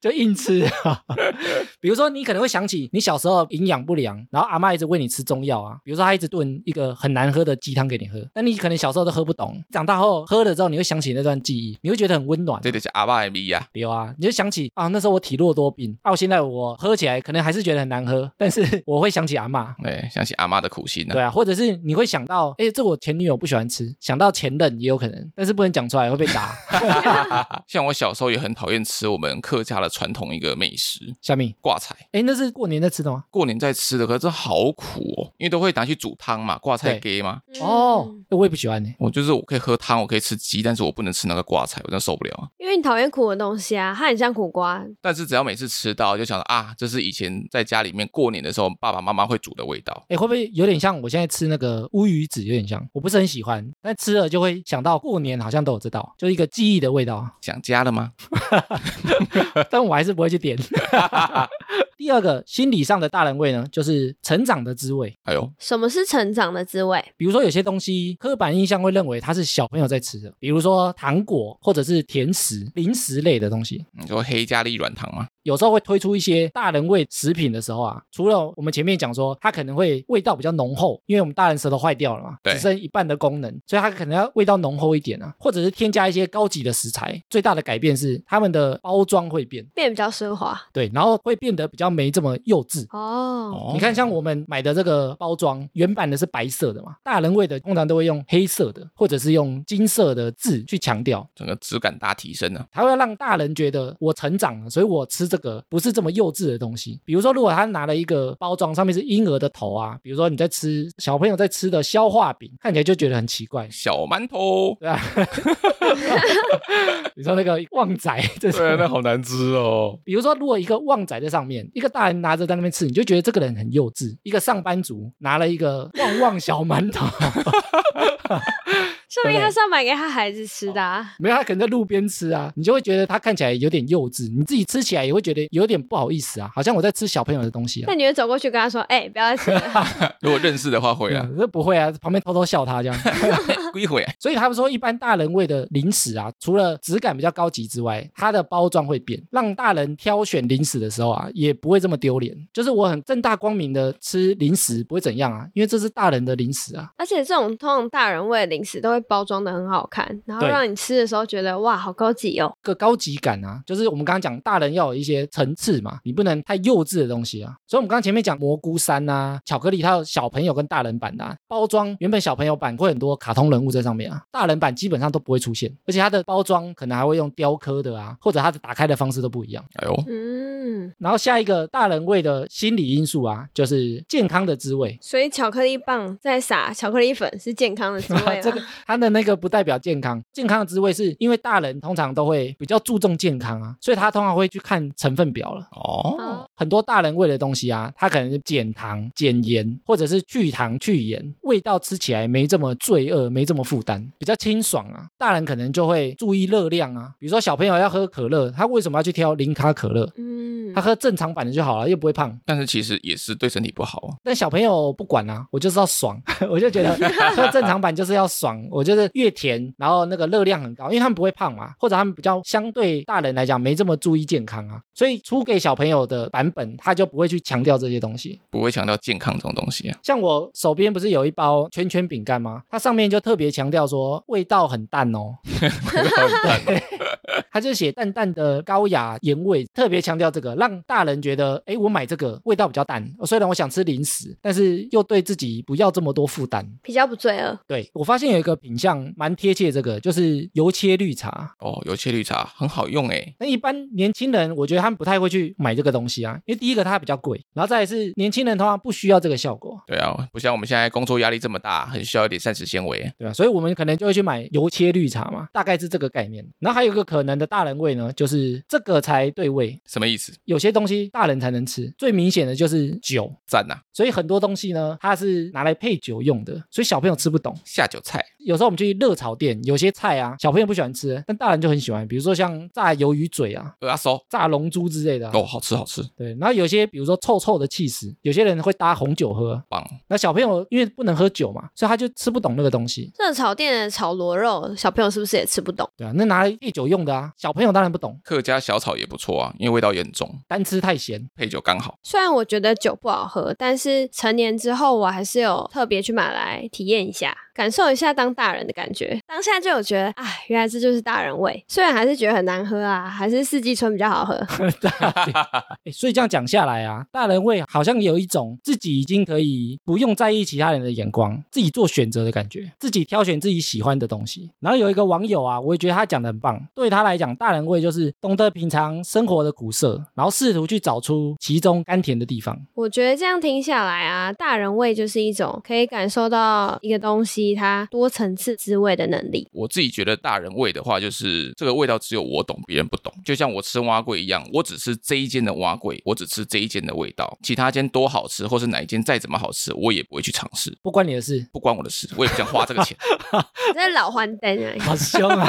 Speaker 1: 就硬吃、啊。 [laughs] 比如说你可能会想起你小时候营养不良，然后阿嬷一直喂你吃中药啊，比如说她一直炖一个很难喝的鸡汤给你喝，那你可能小时候都喝不懂，长大后喝了之后，你会想起那段记忆，你会觉得很温暖。
Speaker 3: [laughs]
Speaker 1: 啊
Speaker 3: 这得是阿爸 MV 呀。
Speaker 1: 有啊，你就想起啊，那时候我体弱多病，啊，我现在我喝起来可能还是觉得很难喝，但是我会想起阿嬷。
Speaker 3: 哎，想起阿妈的苦心
Speaker 1: 对
Speaker 3: 啊。
Speaker 1: 啊，或者是你会想到，哎、这我前女友不喜欢吃，想到前任也有可能，但是不能讲出来会被打。 [laughs]
Speaker 3: 像我小时候也很讨厌吃我们客家的传统一个美食
Speaker 1: 小米，
Speaker 3: 挂菜，
Speaker 1: 哎、那是过年在吃的吗？
Speaker 3: 过年在吃的，可是这好苦哦，因为都会拿去煮汤嘛，挂菜
Speaker 1: 对
Speaker 3: 给嘛。
Speaker 1: 哦
Speaker 2: 嗯，
Speaker 1: 诶我也不喜欢呢、
Speaker 3: 我就是我可以喝汤，我可以吃鸡，但是我不能吃那个挂菜，我真的受不了啊。
Speaker 2: 因为你讨厌苦的东西啊，它很像苦瓜。
Speaker 3: 但是只要每次吃到，就想到啊，这是以前在家里面过年的时候，爸爸妈妈会煮的味道。
Speaker 1: 哎、会不会有点像我现在吃那个乌鱼子，有点像，我不是很喜欢，但吃了就会想到过年好像都有这道，就是一个记忆的味道，
Speaker 3: 想家了吗？
Speaker 1: 但我还是不会去点。 [laughs] 第二个心理上的大人味呢，就是成长的滋味。
Speaker 3: 哎呦，
Speaker 2: 什么是成长的滋味？
Speaker 1: 比如说有些东西，刻板印象会认为它是小朋友在吃的，比如说糖果或者是甜食、零食类的东西。
Speaker 3: 你说黑加力软糖吗？
Speaker 1: 有时候会推出一些大人味食品的时候啊，除了我们前面讲说它可能会味道比较浓厚，因为我们大人舌头坏掉了嘛，
Speaker 3: 对
Speaker 1: 只剩一半的功能，所以它可能要味道浓厚一点啊，或者是添加一些高级的食材。最大的改变是它们的包装会变，
Speaker 2: 变得比较奢华
Speaker 1: 对，然后会变得比较没这么幼稚。
Speaker 2: 哦。
Speaker 1: 你看，像我们买的这个包装，原版的是白色的嘛，大人味的通常都会用黑色的，或者是用金色的字去强调，
Speaker 3: 整个质感大提升啊，
Speaker 1: 它会让大人觉得我成长了，所以我吃这个不是这么幼稚的东西。比如说，如果他拿了一个包装，上面是婴儿的头啊，比如说你在吃小朋友在吃的消化饼，看起来就觉得很奇怪。
Speaker 3: 小馒头。
Speaker 1: 对啊， [laughs] 你说那个旺仔，这是
Speaker 3: 啊好难吃哦。
Speaker 1: 比如说，如果一个旺仔在上面，一个大人拿着在那边吃，你就觉得这个人很幼稚。一个上班族拿了一个旺旺小馒头， [laughs]
Speaker 2: 说明他是要买给他孩子吃的、
Speaker 3: 哦
Speaker 2: 啊。
Speaker 1: 没有，他可能在路边吃啊，你就会觉得他看起来有点幼稚，你自己吃起来也会觉得有点不好意思啊，好像我在吃小朋友的东西啊
Speaker 2: 那。你会走过去跟他说：“哎、不要再吃了。
Speaker 3: [laughs] 如果认识的话会啊，
Speaker 1: 嗯这不会啊，旁边偷偷笑他这
Speaker 3: [laughs]
Speaker 1: 样。 [laughs]
Speaker 3: 归回啊
Speaker 1: 所以他们说，一般大人味的零食啊，除了质感比较高级之外，它的包装会变，让大人挑选零食的时候啊，也不会这么丢脸。就是我很正大光明的吃零食，不会怎样啊，因为这是大人的零食啊”。
Speaker 2: 而且这种通常大人味的零食都会包装的很好看，然后
Speaker 1: 对
Speaker 2: 让你吃的时候觉得哇，好高级哦。
Speaker 1: 个高级感啊，就是我们刚刚讲大人要有一些层次嘛，你不能太幼稚的东西啊。所以我们刚刚前面讲蘑菇山啊，巧克力它有小朋友跟大人版的、啊、包装，原本小朋友版会很多卡通人物在上面啊，大人版基本上都不会出现，而且它的包装可能还会用雕刻的啊，或者它的打开的方式都不一样。
Speaker 3: 哎呦，
Speaker 2: 嗯，
Speaker 1: 然后下一个大人味的心理因素啊，就是健康的滋味。
Speaker 2: 所以巧克力棒再撒巧克力粉是健康的滋味吗？
Speaker 1: [laughs] 这个它它的那个不代表健康，健康的滋味是因为大人通常都会比较注重健康啊，所以他通常会去看成分表了。
Speaker 3: 哦，
Speaker 1: 很多大人喂的东西啊，它可能是减糖、减盐，或者是去糖去盐，味道吃起来没这么罪恶，没这么负担，比较清爽啊。大人可能就会注意热量啊，比如说小朋友要喝可乐，他为什么要去挑零卡可乐？
Speaker 2: 嗯
Speaker 1: 他，喝正常版的就好了，又不会胖。
Speaker 3: 但是其实也是对身体不好啊。
Speaker 1: 但小朋友不管啦、我就是要爽， [laughs] 我就觉得喝正常版就是要爽，我觉得越甜，然后那个热量很高，因为他们不会胖嘛，或者他们比较相对大人来讲没这么注意健康啊，所以出给小朋友的版本他就不会去强调这些东西。
Speaker 3: 不会强调健康这种东
Speaker 1: [laughs]
Speaker 3: 西啊。
Speaker 1: 像我手边不是有一包圈圈饼干吗？它上面就特别强调说味道很淡哦，它就写淡淡的高雅盐味，特别强调这个，让大人觉得，哎，我买这个味道比较淡，虽然我想吃零食，但是又对自己不要这么多负担。
Speaker 2: 比较不罪恶，
Speaker 1: 对我发现有一个品相蛮贴切这个，就是油切绿茶。
Speaker 3: 哦，有切绿茶很好用欸诶，
Speaker 1: 那一般年轻人，我觉得他们不太会去买这个东西啊，因为第一个它比较贵，然后再来是年轻人通常不需要这个效果，
Speaker 3: 对啊，不像我们现在工作压力这么大，很需要一点膳食纤维。
Speaker 1: 对吧、啊所以我们可能就会去买油切绿茶嘛，大概是这个概念。然后还有一个可能的大人味呢，就是这个才对味，
Speaker 3: 什么意思？
Speaker 1: 有些东西大人才能吃，最明显的就是酒，
Speaker 3: 赞呐、
Speaker 1: 所以很多东西呢，它是拿来配酒用的，所以小朋友吃不懂。
Speaker 3: 下酒菜
Speaker 1: 有时候我们去热炒店，有些菜啊，小朋友不喜欢吃，但大人就很喜欢，比如说像炸鱿鱼嘴啊、
Speaker 3: 呃鹅阿手
Speaker 1: 炸龙珠之类的啊、
Speaker 3: 哦，好吃好吃，
Speaker 1: 对，然后有些比如说臭臭的气死，有些人会搭红酒喝，
Speaker 3: 棒！
Speaker 1: 那小朋友因为不能喝酒嘛，所以他就吃不懂那个东西。
Speaker 2: 热炒店的炒螺肉，小朋友是不是也吃不懂？
Speaker 1: 对啊，那拿来配酒用的啊，小朋友当然不懂，
Speaker 3: 客家小炒也不错啊，因为味道也很重，
Speaker 1: 单吃太
Speaker 3: [laughs]
Speaker 1: 咸。
Speaker 3: 配酒刚好。
Speaker 2: 虽然我觉得酒不好喝，但是成年之后我还是有特别去买来体验一下，感受一下当大人的感觉。当下就有觉得，哎，原来这就是大人味。虽然还是觉得很难喝啊，还是四季春比较好喝。
Speaker 1: [laughs] 诶所以这样讲下来啊，大人会好像有一种自己已经可以不用在意其他人的眼光，自己做选择的感觉，自己挑选自己喜欢的东西。然后有一个网友啊，我也觉得他讲的很棒，对他来讲，大人味就是懂得品尝生活的苦涩，然后试图去找出其中甘甜的地方。
Speaker 2: 我觉得这样听下来啊，大人味就是一种可以感受到一个东西它多层次滋味的能力。
Speaker 3: 我自己觉得大人味的话，就是这个味道只有我懂，别人不懂。就像我吃蛙桂一样，我只吃这一间的蛙桂，我只吃这一间的味道，其他间多好吃，或是哪一间再怎么好吃，我也不会去尝试，
Speaker 1: 不关你的事，
Speaker 3: 不关我的事，我也不想花这个钱。
Speaker 2: 你在老欢灯啊！
Speaker 1: 好凶啊！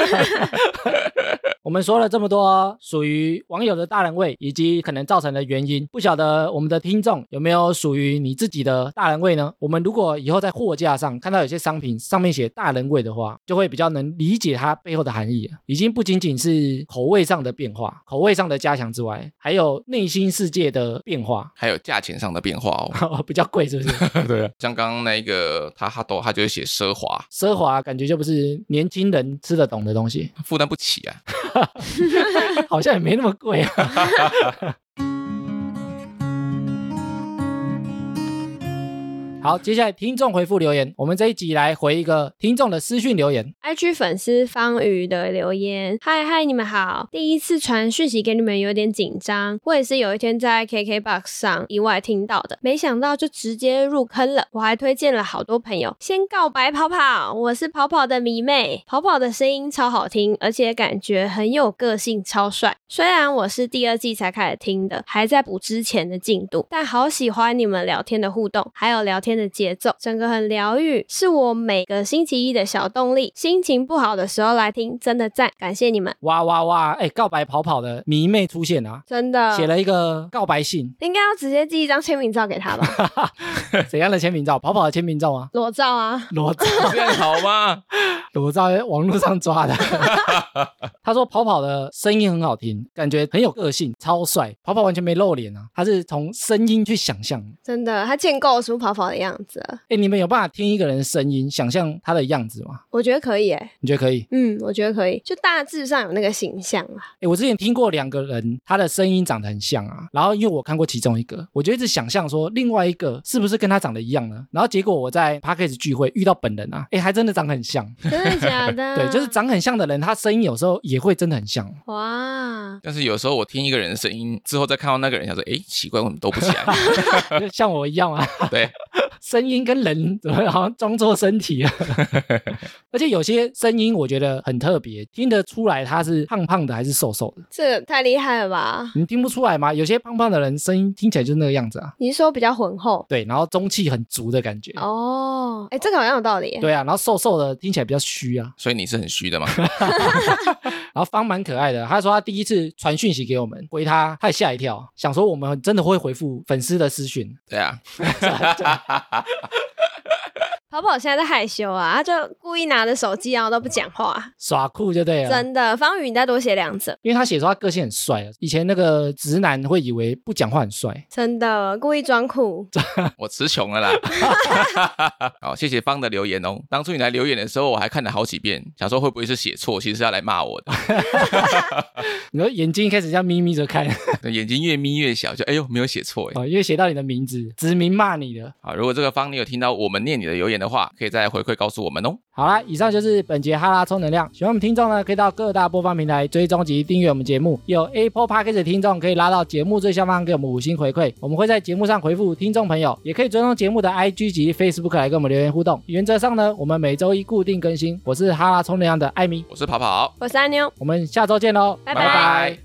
Speaker 1: 我们说了这么多啊属于网友的大人味，以及可能造成的原因，不晓得我们的听众有没有属于你自己的大人味呢？我们如果以后在货架上看到有些商品上面写大人味的话，就会比较能理解它背后的含义了，啊已经不仅仅是口味上的变化、口味上的加强之外，还有内心世界的变化。 [laughs]
Speaker 3: 还有价钱上的变化哦。 [laughs]
Speaker 1: 比较贵是不是？
Speaker 3: 对、啊，像刚刚那个他哈豆，他就会写奢华，
Speaker 1: 奢华感觉就不是年轻人吃得懂的东西，
Speaker 3: 负担不起啊。
Speaker 1: 好像也没那么贵啊。 [laughs] 好，接下来听众回复留言，我们这一集来回一个听众的私讯留言。
Speaker 2: IG 粉丝方瑜的留言：嗨嗨，你们好！第一次传讯息给你们有点紧张，我也是有一天在 KKBOX 上意外听到的，没想到就直接入坑了。我还推荐了好多朋友。先告白跑跑，我是跑跑的迷妹，跑跑的声音超好听，而且感觉很有个性，超帅。虽然我是第二季才开始听的，还在补之前的进度，但好喜欢你们聊天的互动，还有聊天的节奏，整个很疗愈，是我每个星期一的小动力。心情不好的时候来听，真的赞，感谢你们，
Speaker 1: 哇哇哇！哎、告白跑跑的迷妹出现啊，
Speaker 2: 真的，
Speaker 1: 写了一个告白信
Speaker 2: [laughs] 应该要直接寄一张签名照给
Speaker 1: [laughs]
Speaker 2: 他吧，
Speaker 1: 怎样的签名照？跑跑的签名照吗？
Speaker 2: 裸照啊，
Speaker 1: 裸照，
Speaker 3: 这样好吗？
Speaker 1: 裸照，网络上抓的。 [laughs] 他说跑跑的声音很好听，感觉很有个性，超帅。跑跑完全没露脸啊，他是从声音去想象的。
Speaker 2: 真的，他建构出跑跑的样子啊了，
Speaker 1: 哎，你们有办法听一个人的声音，想象他的样子吗？
Speaker 2: 我觉得可以诶、
Speaker 1: 你觉得可以？
Speaker 2: 嗯，我觉得可以，就大致上有那个形象啊，
Speaker 1: [laughs] 哎，我之前听过两个人，他的声音长得很像啊，然后因为我看过其中一个，我就一直想象说另外一个是不是跟他长得一样呢？然后结果我在 p a c k a g e 聚会遇到本人啊，哎，还真的长得很像。
Speaker 2: [laughs] 真的假的？
Speaker 1: 对，就是长很像的人，他声音有时候也会真的很像。
Speaker 2: 哇，
Speaker 3: [laughs] 但是有时候我听一个人的 [laughs] 声音之后，再看到那个人，想说，哎，奇怪，为什么都不起来？
Speaker 1: 就像我一样啊， [laughs]
Speaker 3: 对，
Speaker 1: 声音跟人怎么好像装作身体啊？而且有些声音我觉得很特别，听得出来他是胖胖的还是瘦瘦的，
Speaker 2: 这个太厉害了吧？
Speaker 1: 你听不出来吗？有些胖胖的人声音听起来就是那个样子啊，
Speaker 2: 你是说比较浑厚？
Speaker 1: 对，然后中气很足的感觉。
Speaker 2: 哦，哎，这个好像有道理耶。
Speaker 1: 对啊，然后瘦瘦的听起来比较虚啊，
Speaker 3: 所以你是很虚的嘛？
Speaker 1: 然后方蛮可爱的。他说他第一次传讯息给我们，回他他也吓一跳，想说我们真的会回复粉丝的私讯，
Speaker 3: 对 [laughs] 啊，
Speaker 2: 跑跑现在在害羞啊，他就故意拿着手机，然后都不讲话。
Speaker 1: 耍酷就对了。啊
Speaker 2: 真的，方宇，你再多写两则。
Speaker 1: 因为他写说他个性很帅啊，以前那个直男会以为不讲话很帅，
Speaker 2: 真的，故意装酷。
Speaker 3: 我词穷了啦。 [laughs] 好，谢谢方的留言哦。当初你来留言的时候，我还看了好几遍，想说会不会是写错，其实是要来骂我的。
Speaker 1: 你说眼睛一开始这样眯眯着看
Speaker 3: [laughs] 眼睛越眯越小，就哎呦没有写错哎。
Speaker 1: 哦，因为写到你的名字，指名骂你的。
Speaker 3: 好，如果这个方你有听到我们念你的留言的话，可以再回馈告诉我们哦。
Speaker 1: 好啦，以上就是本节哈拉充能量。喜欢我们听众呢，可以到各大播放平台追踪及订阅我们节目。有 Apple Podcast 的听众可以拉到节目最下方给我们五星回馈，我们会在节目上回复听众朋友，也可以追踪节目的 IG 及 Facebook 来跟我们留言互动。原则上呢，我们每周一固定更新。我是哈拉充能量的艾米，
Speaker 3: 我是跑跑，
Speaker 2: 我是安妞，
Speaker 1: 我们下周见喽，
Speaker 2: 拜拜
Speaker 3: 拜